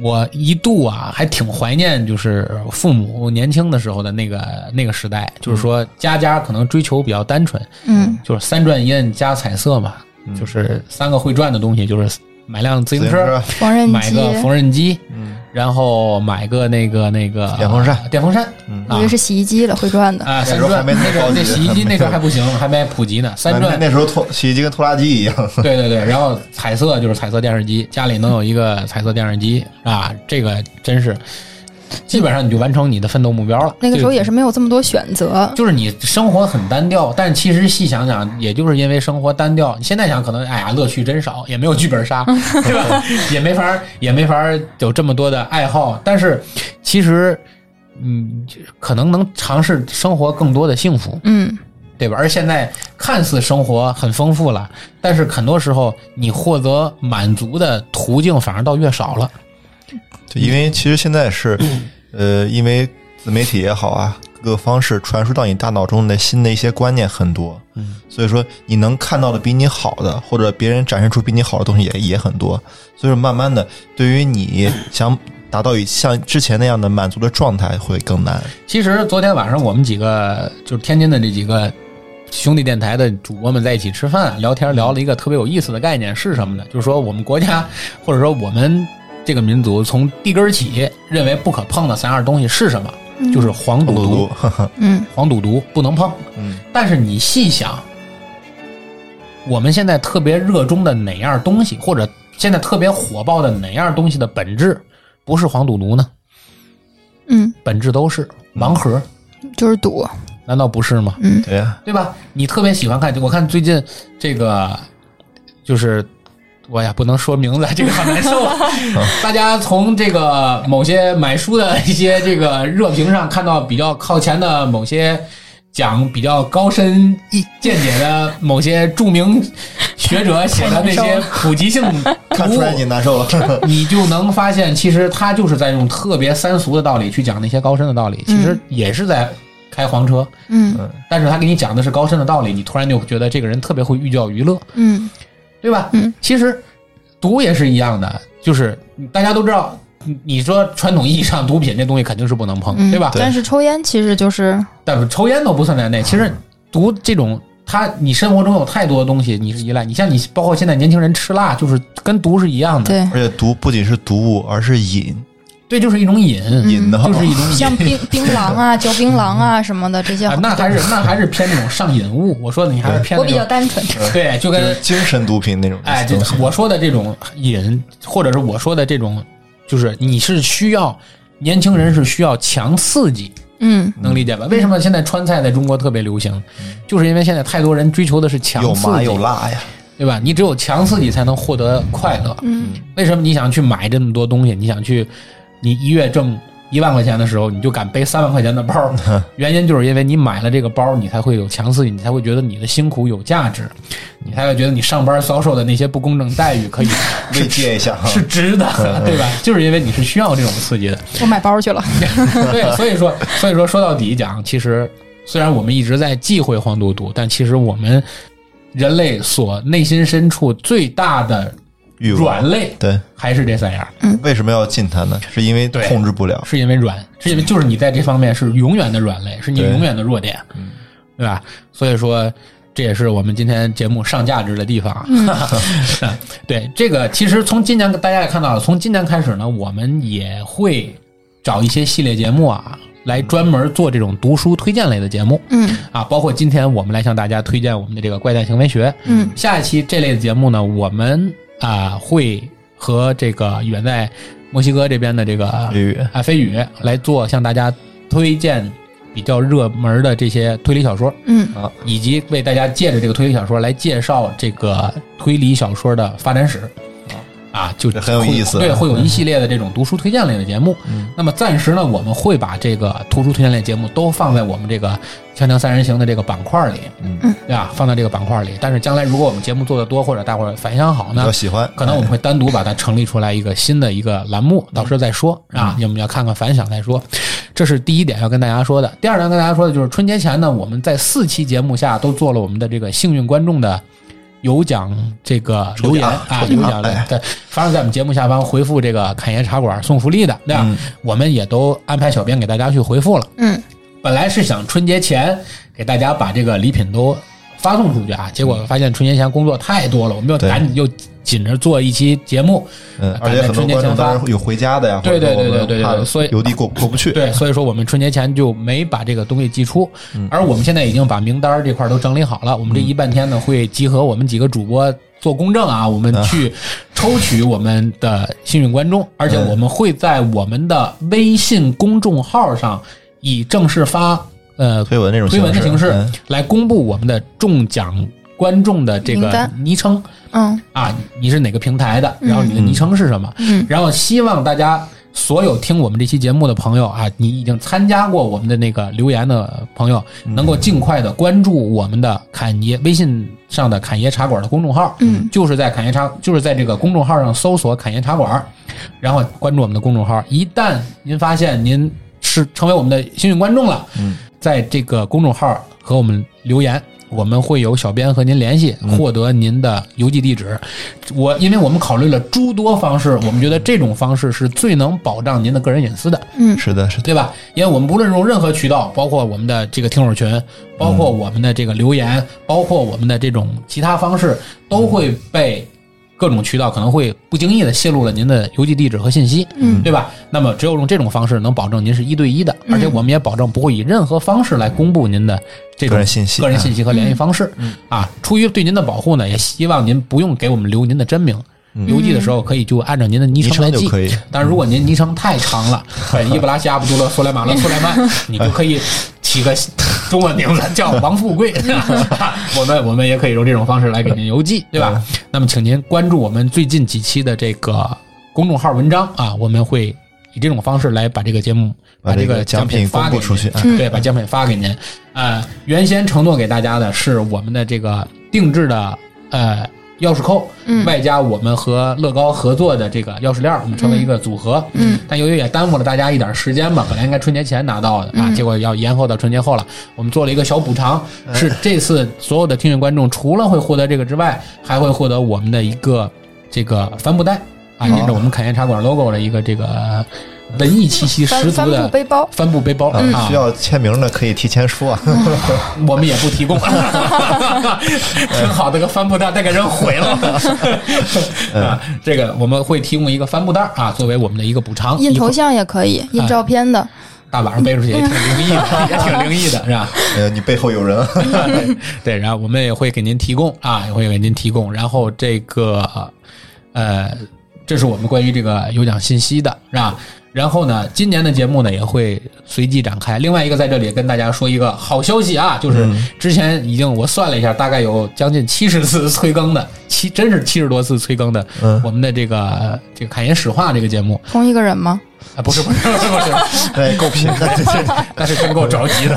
S1: 我一度啊，还挺怀念就是父母年轻的时候的那个那个时代，就是说家家可能追求比较单纯，
S3: 嗯
S1: 就是三转一摁加彩色嘛，就是三个会转的东西，就是买辆自
S2: 嗯自
S1: 行
S2: 行
S1: 车，
S2: 车，
S3: 缝纫
S1: 买
S3: 机，
S1: 个缝纫机，
S2: 嗯，
S1: 然后买个那个那个
S2: 电风扇，
S1: 电风扇
S2: 嗯
S3: 我
S1: 啊
S3: 以为是洗衣机了，会转的。
S1: 啊，三
S2: 时候
S1: 转
S2: 还没那么
S1: 那个
S2: 高级
S1: 那洗衣机那时候
S2: 没
S1: 还不行，还没普及呢，三
S2: 那
S1: 转
S2: 那时候拖洗衣机跟拖拉机一样，
S1: 对对对，然后彩色就是彩色电视机，家里能有一个彩色电视机啊，这个真是基本上你就完成你的奋斗目标了。
S3: 那个时候
S1: 就
S3: 也是没有这么多选择，
S1: 就是你生活很单调，但其实细想想，也就是因为生活单调，你现在想可能哎呀乐趣真少，也没有剧本杀，对吧？也没法儿也没法儿有这么多的爱好，但是其实嗯，可能能尝试生活更多的幸福，
S3: 嗯，
S1: 对吧？而现在看似生活很丰富了，但是很多时候你获得满足的途径反而倒越少了。
S2: 对，因为其实现 在是，呃，因为自媒体也好啊，各个方式传输到你大脑中的新的一些观念很多，
S1: 嗯，
S2: 所以说你能看到的比你好的，或者别人展示出比你好的东西也也很多，所以说慢慢的，对于你想达到一像之前那样的满足的状态会更难，
S1: 其实昨天晚上我们几个就是天津的这几个兄弟电台的主播们在一起吃饭聊天，聊了一个特别有意思的概念是什么呢？就是说我们国家或者说我们这个民族从地根儿起认为不可碰的三样东西是什么？
S3: 嗯
S1: 就是黄赌毒，
S3: 嗯
S1: 黄赌毒不能碰。
S2: 嗯，
S1: 但是你细想，我们现在特别热衷的哪样东西，或者现在特别火爆的哪样东西的本质，不是黄赌毒呢？
S3: 嗯，
S1: 本质都是盲盒，
S3: 就是赌，
S1: 难道不是吗？
S3: 嗯
S2: 对呀、
S1: 对吧？你特别喜欢看，我看最近这个就是。我呀，不能说名字，这个好难受啊！大家从这个某些买书的一些这个热评上看到比较靠前的某些讲比较高深一见解的某些著名学者写的那些普及性
S2: 看出来你难受了，
S1: 你就能发现，其实他就是在用特别三俗的道理去讲那些高深的道理，其实也是在开黄车，
S3: 嗯
S1: 但是他给你讲的是高深的道理，你突然就觉得这个人特别会寓教于乐，
S3: 嗯
S1: 对吧？
S3: 嗯，
S1: 其实毒也是一样的，就是大家都知道，你你说传统意义上毒品这东西肯定是不能碰，
S3: 嗯，
S1: 对吧？
S2: 对
S3: 但是抽烟其实就是
S1: 但是抽烟都不算在内，其实毒这种。它，你生活中有太多的东西你是依赖，你像你包括现在年轻人吃辣，就是跟毒是一样的，
S3: 对，
S2: 而且毒不仅是毒物，而是瘾，
S1: 对，就是一种瘾，
S2: 瘾的话，
S1: 嗯就是一 种瘾。
S3: 像槟槟榔啊、嚼槟榔啊什么的这些
S1: 啊，，那还是那还是偏那种上瘾物。我说的你还是偏
S3: 我
S1: 那
S3: 比较
S1: 种
S3: 单纯，
S1: 对，就
S2: 就
S1: 跟
S2: 是精神毒品那种东西，
S1: 哎，这我说的这种瘾，或者是我说的这种，就是你是需要年轻人是需要强刺激，
S3: 嗯
S1: 能理解吧？为什么现在川菜在中国特别流行，就是因为现在太多人追求的是强
S2: 嗯有
S1: 刺
S2: 麻
S1: 激，
S2: 有辣呀，
S1: 对吧？你只有强刺激才能获得快乐。
S3: 嗯
S1: 为什么你想去买这么多东西？你想去，你一月挣一万块钱的时候，你就敢背三万块钱的包？原因就是因为你买了这个包，你才会有强刺激，你才会觉得你的辛苦有价值，你才会觉得你上班遭受的那些不公正待遇可以
S2: 慰藉一下哈，
S1: 是值的，对吧？就是因为你是需要这种刺激的，
S3: 我买包去了，
S1: 对，所以说，所以说说到底讲，其实虽然我们一直在忌讳黄赌毒，但其实我们人类所内心深处最大的
S2: 欲
S1: 软
S2: 望。
S1: 肋
S2: 对，
S1: 还是这三样，
S2: 为什么要禁它呢？是因为
S1: 对
S2: 控制不了。
S1: 是因为软，是因为就是你在这方面是永远的软肋，是你
S2: 对
S1: 永远的弱点，对吧？所以说。这也是我们今天节目上价值的地方啊！ 对这个，其实从今年大家也看到了，从今年开始呢，我们也会找一些系列节目啊，来专门做这种读书推荐类的节目。
S3: 嗯
S1: 啊，包括今天我们来向大家推荐我们的这个怪诞行为学。
S3: 嗯
S1: 下一期这类的节目呢，我们啊、会和这个远在墨西哥这边的这个
S2: 飞宇
S1: 啊飞宇来做向大家推荐比较热门的这些推理小说，
S3: 嗯
S2: 啊
S1: 以及为大家借着这个推理小说来介绍这个推理小说的发展史。啊，就
S2: 这很有
S1: 会
S2: 意思嗯
S1: 对，会有一系列的这种读书推荐类的节目。那么暂时呢，我们会把这个图书推荐类节目都放在我们这个“锵锵三人行”的这个板块里，
S2: 嗯，
S1: 对吧？放在这个板块里。但是将来如果我们节目做得多，或者大伙儿反响好
S2: 比
S1: 呢
S2: 较，喜欢，
S1: 可能我们会单独把它成立出来一个新的一个栏目，到时候再说啊。
S2: 嗯
S1: 我们要看看反响再说。这是第一点要跟大家说的。第二点要跟大家说的就是春节前呢，我们在四期节目下都做了我们的这个幸运观众的。有奖这个留言
S2: 抽奖
S1: 啊，
S2: 抽
S1: 有
S2: 奖
S1: 奖的
S2: 哎，
S1: 对，凡是在我们节目下方回复这个“侃爷茶馆”送福利的，对吧？
S2: 嗯
S1: 我们也都安排小编给大家去回复了。
S3: 嗯
S1: 本来是想春节前给大家把这个礼品都发送出去啊，结果发现春节前工作太多了，我们又
S2: 对
S1: 赶紧又紧着做一期节目，
S2: 嗯，
S1: 赶
S2: 而且
S1: 在
S2: 很多
S1: 春节
S2: 观
S1: 前
S2: 众
S1: 发
S2: 当时有回家的呀，
S1: 对对
S2: 或者
S1: 对
S2: 我们
S1: 对对对
S2: 怕
S1: 所以
S2: 邮递过过不去，
S1: 对，所以说我们春节前就没把这个东西寄出，而我们现在已经把名单儿这块儿都整理好了，我们这一半天呢会集合我们几个主播。做公证啊，嗯我们去抽取我们的幸运观众，而且我们会在我们的微信公众号上以正式发呃
S2: 推文那种
S1: 推文的形式
S2: 嗯
S1: 来公布我们的中奖观众的这
S3: 名
S1: 个
S3: 单
S1: 昵称
S3: 嗯
S1: 啊，你是哪个平台的，然后你的昵称是什么，
S3: 嗯
S1: 然后希望大家所有听我们这期节目的朋友啊，你已经参加过我们的那个留言的朋友，能够尽快的关注我们的侃爷微信上的侃爷茶馆的公众号，
S3: 嗯，
S1: 就是在侃爷茶，就是在这个公众号上搜索侃爷茶馆，然后关注我们的公众号。一旦您发现您是成为我们的幸运观众了，
S2: 嗯，
S1: 在这个公众号和我们留言。我们会有小编和您联系，获得您的邮寄地址。我因为我们考虑了诸多方式，我们觉得这种方式是最能保障您的个人隐私的，
S2: 嗯
S3: 嗯
S2: 是的，是的，
S1: 对吧？因为我们不论用任何渠道，包括我们的这个听友群，包括
S2: 嗯
S1: 我们的这个留言，包括我们的这种其他方式，都会被各种渠道可能会不经意的泄露了您的邮寄地址和信息，
S3: 嗯
S1: 对吧？那么只有用这种方式能保证您是一对一的，而且我们也保证不会以任何方式来公布您的这种
S2: 个人信息嗯
S1: 个人信息和联系方式。啊，出于对您的保护呢，也希望您不用给我们留您的真名。邮寄的时候可以就按照您的昵
S2: 嗯昵
S1: 称来
S2: 称
S1: 寄
S2: 就，可以，
S1: 但如果您昵称太长 了，对，伊布拉西阿卜杜勒苏莱马勒苏莱曼，你就可以起个中文名字叫王富 贵。 我们我们也可以用这种方式来给您邮寄，对吧？
S2: 嗯
S1: 那么，请您关注我们最近几期的这个公众号文章啊，我们会以这种方式来把这个节目
S2: 把
S1: 这
S2: 这
S1: 个
S2: 个
S1: 奖
S2: 奖品
S1: 发
S2: 公
S1: 给
S2: 布出去
S1: 您对，啊把奖品发给您。呃，原先承诺给大家的是我们的这个定制的呃钥匙扣，
S3: 嗯
S1: 外加我们和乐高合作的这个钥匙链儿，我们成为一个组合。
S3: 嗯，
S1: 但由于也耽误了大家一点时间吧，本来应该春节前拿到的啊，结果要延后到春节后了。我们做了一个小补偿，
S2: 嗯
S1: 是这次所有的听众观众除了会获得这个之外，还会获得我们的一个这个帆布袋啊，印着我们侃爷茶馆 logo 的一个这个文艺气息
S3: 帆
S1: 十
S3: 帆
S1: 足
S3: 布
S1: 的啊
S3: 背包，
S1: 帆布背包
S2: 啊
S1: 啊
S2: 需，要签名的可以提前 说啊，
S1: 我们也不提供，挺好的个帆布袋，再给人毁了啊！这个我们会提供一个帆布袋啊，作为我们的一哎个补偿。
S3: 印
S1: 以后
S3: 头像也可以，印照片的，
S1: 大晚上背出去也挺灵异的， 也挺灵异的，是吧？
S2: 呃，你背后有人啊，
S1: 对，然后我们也会给您提供啊，也会给您提供。然后这个，呃，这是我们关于这个有奖信息的，是吧？然后呢，今年的节目呢也会随机展开。另外一个，在这里跟大家说一个好消息啊，就是之前已经我算了一下，大概有将近七十次催更的，七真是七十多次催更的，
S2: 嗯
S1: 我们的这个这个侃爷史话这个节目
S3: 同一个人吗？
S1: 啊，不是不是不是不是，
S2: 哎，够拼的，
S1: 那是真够着急的。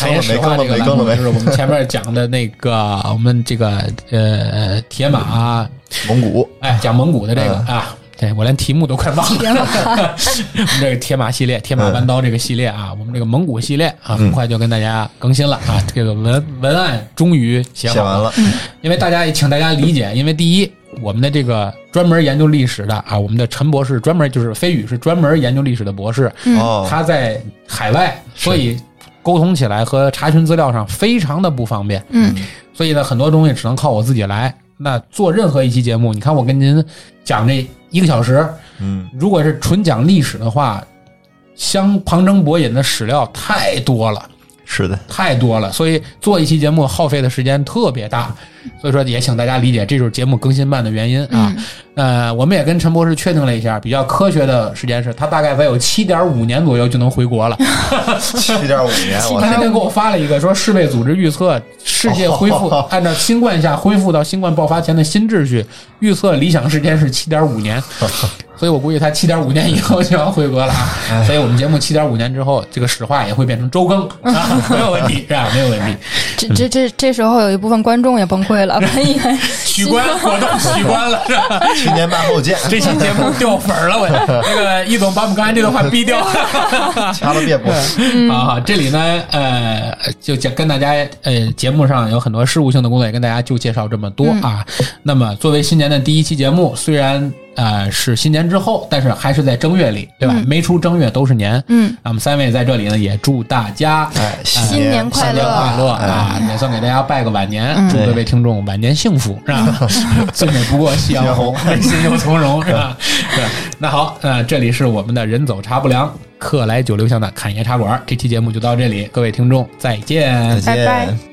S1: 还有实话这个栏目就是我们前面讲的那个，我们这个呃铁马，哎
S2: 蒙古
S1: 哎，讲蒙古的这个啊，对我连题目都快忘了。
S3: 天呐，
S1: 我们这个铁马系列、铁马弯刀这个系列啊，我们这个蒙古系列啊，很快就跟大家更新了啊。这个文文案终于写
S2: 写
S1: 好
S2: 完
S1: 了，嗯
S2: 了，
S1: 因为大家也请大家理解，因为第一，我们的这个专门研究历史的啊，我们的陈博士专门就是飞宇是专门研究历史的博士，
S3: 嗯
S2: 哦，
S1: 他在海外，所以沟通起来和查询资料上非常的不方便。
S3: 嗯，
S1: 所以呢，很多东西只能靠我自己来。那做任何一期节目，你看我跟您讲这一个小时，
S2: 嗯，
S1: 如果是纯讲历史的话，相旁征博引的史料太多了，
S2: 是的，
S1: 太多了，所以做一期节目耗费的时间特别大，所以说也请大家理解，这就是节目更新慢的原因啊。呃，我们也跟陈博士确定了一下，比较科学的时间是他大概还有七点五年左右就能回国了。
S2: 七点五年，我
S1: 哦他那天给我发了一个说，世卫组织预测世界恢复按照新冠下恢复到新冠爆发前的新秩序，预测理想时间是七点五 年，所以我估计他七点五年以后就要回国了啊。所以我们节目七点五年之后，这个史话也会变成周更啊，没有问题是吧？没有问题。
S3: 这这这这时候有一部分观众也崩溃了，本以为
S1: 取关活动取关了是吧？
S2: 七年半后见，
S1: 这期节目掉粉儿了，我那个易总把我们刚才这段话逼掉。
S2: 掐了别播，
S1: 啊，这里呢，呃，就讲跟大家，呃，节目上有很多事务性的工作，也跟大家就介绍这么多啊。那么，作为新年的第一期节目，虽然呃是新年之后，但是还是在正月里，对吧？没出正月都是年。
S3: 嗯，
S1: 那么三位在这里呢，也祝大家
S2: 哎，新
S3: 新年
S1: 新
S3: 快
S1: 年快乐
S3: 乐，
S1: 啊！也算给大家拜个晚年，祝各位听众晚年幸福，是吧？ 最美不过夕阳红，温馨又从容，是吧？对，那好，呃，这里是我们的人走茶不凉，客来酒留香的侃爷茶馆，这期节目就到这里，各位听众再见。
S2: 再
S3: 拜拜
S2: 见。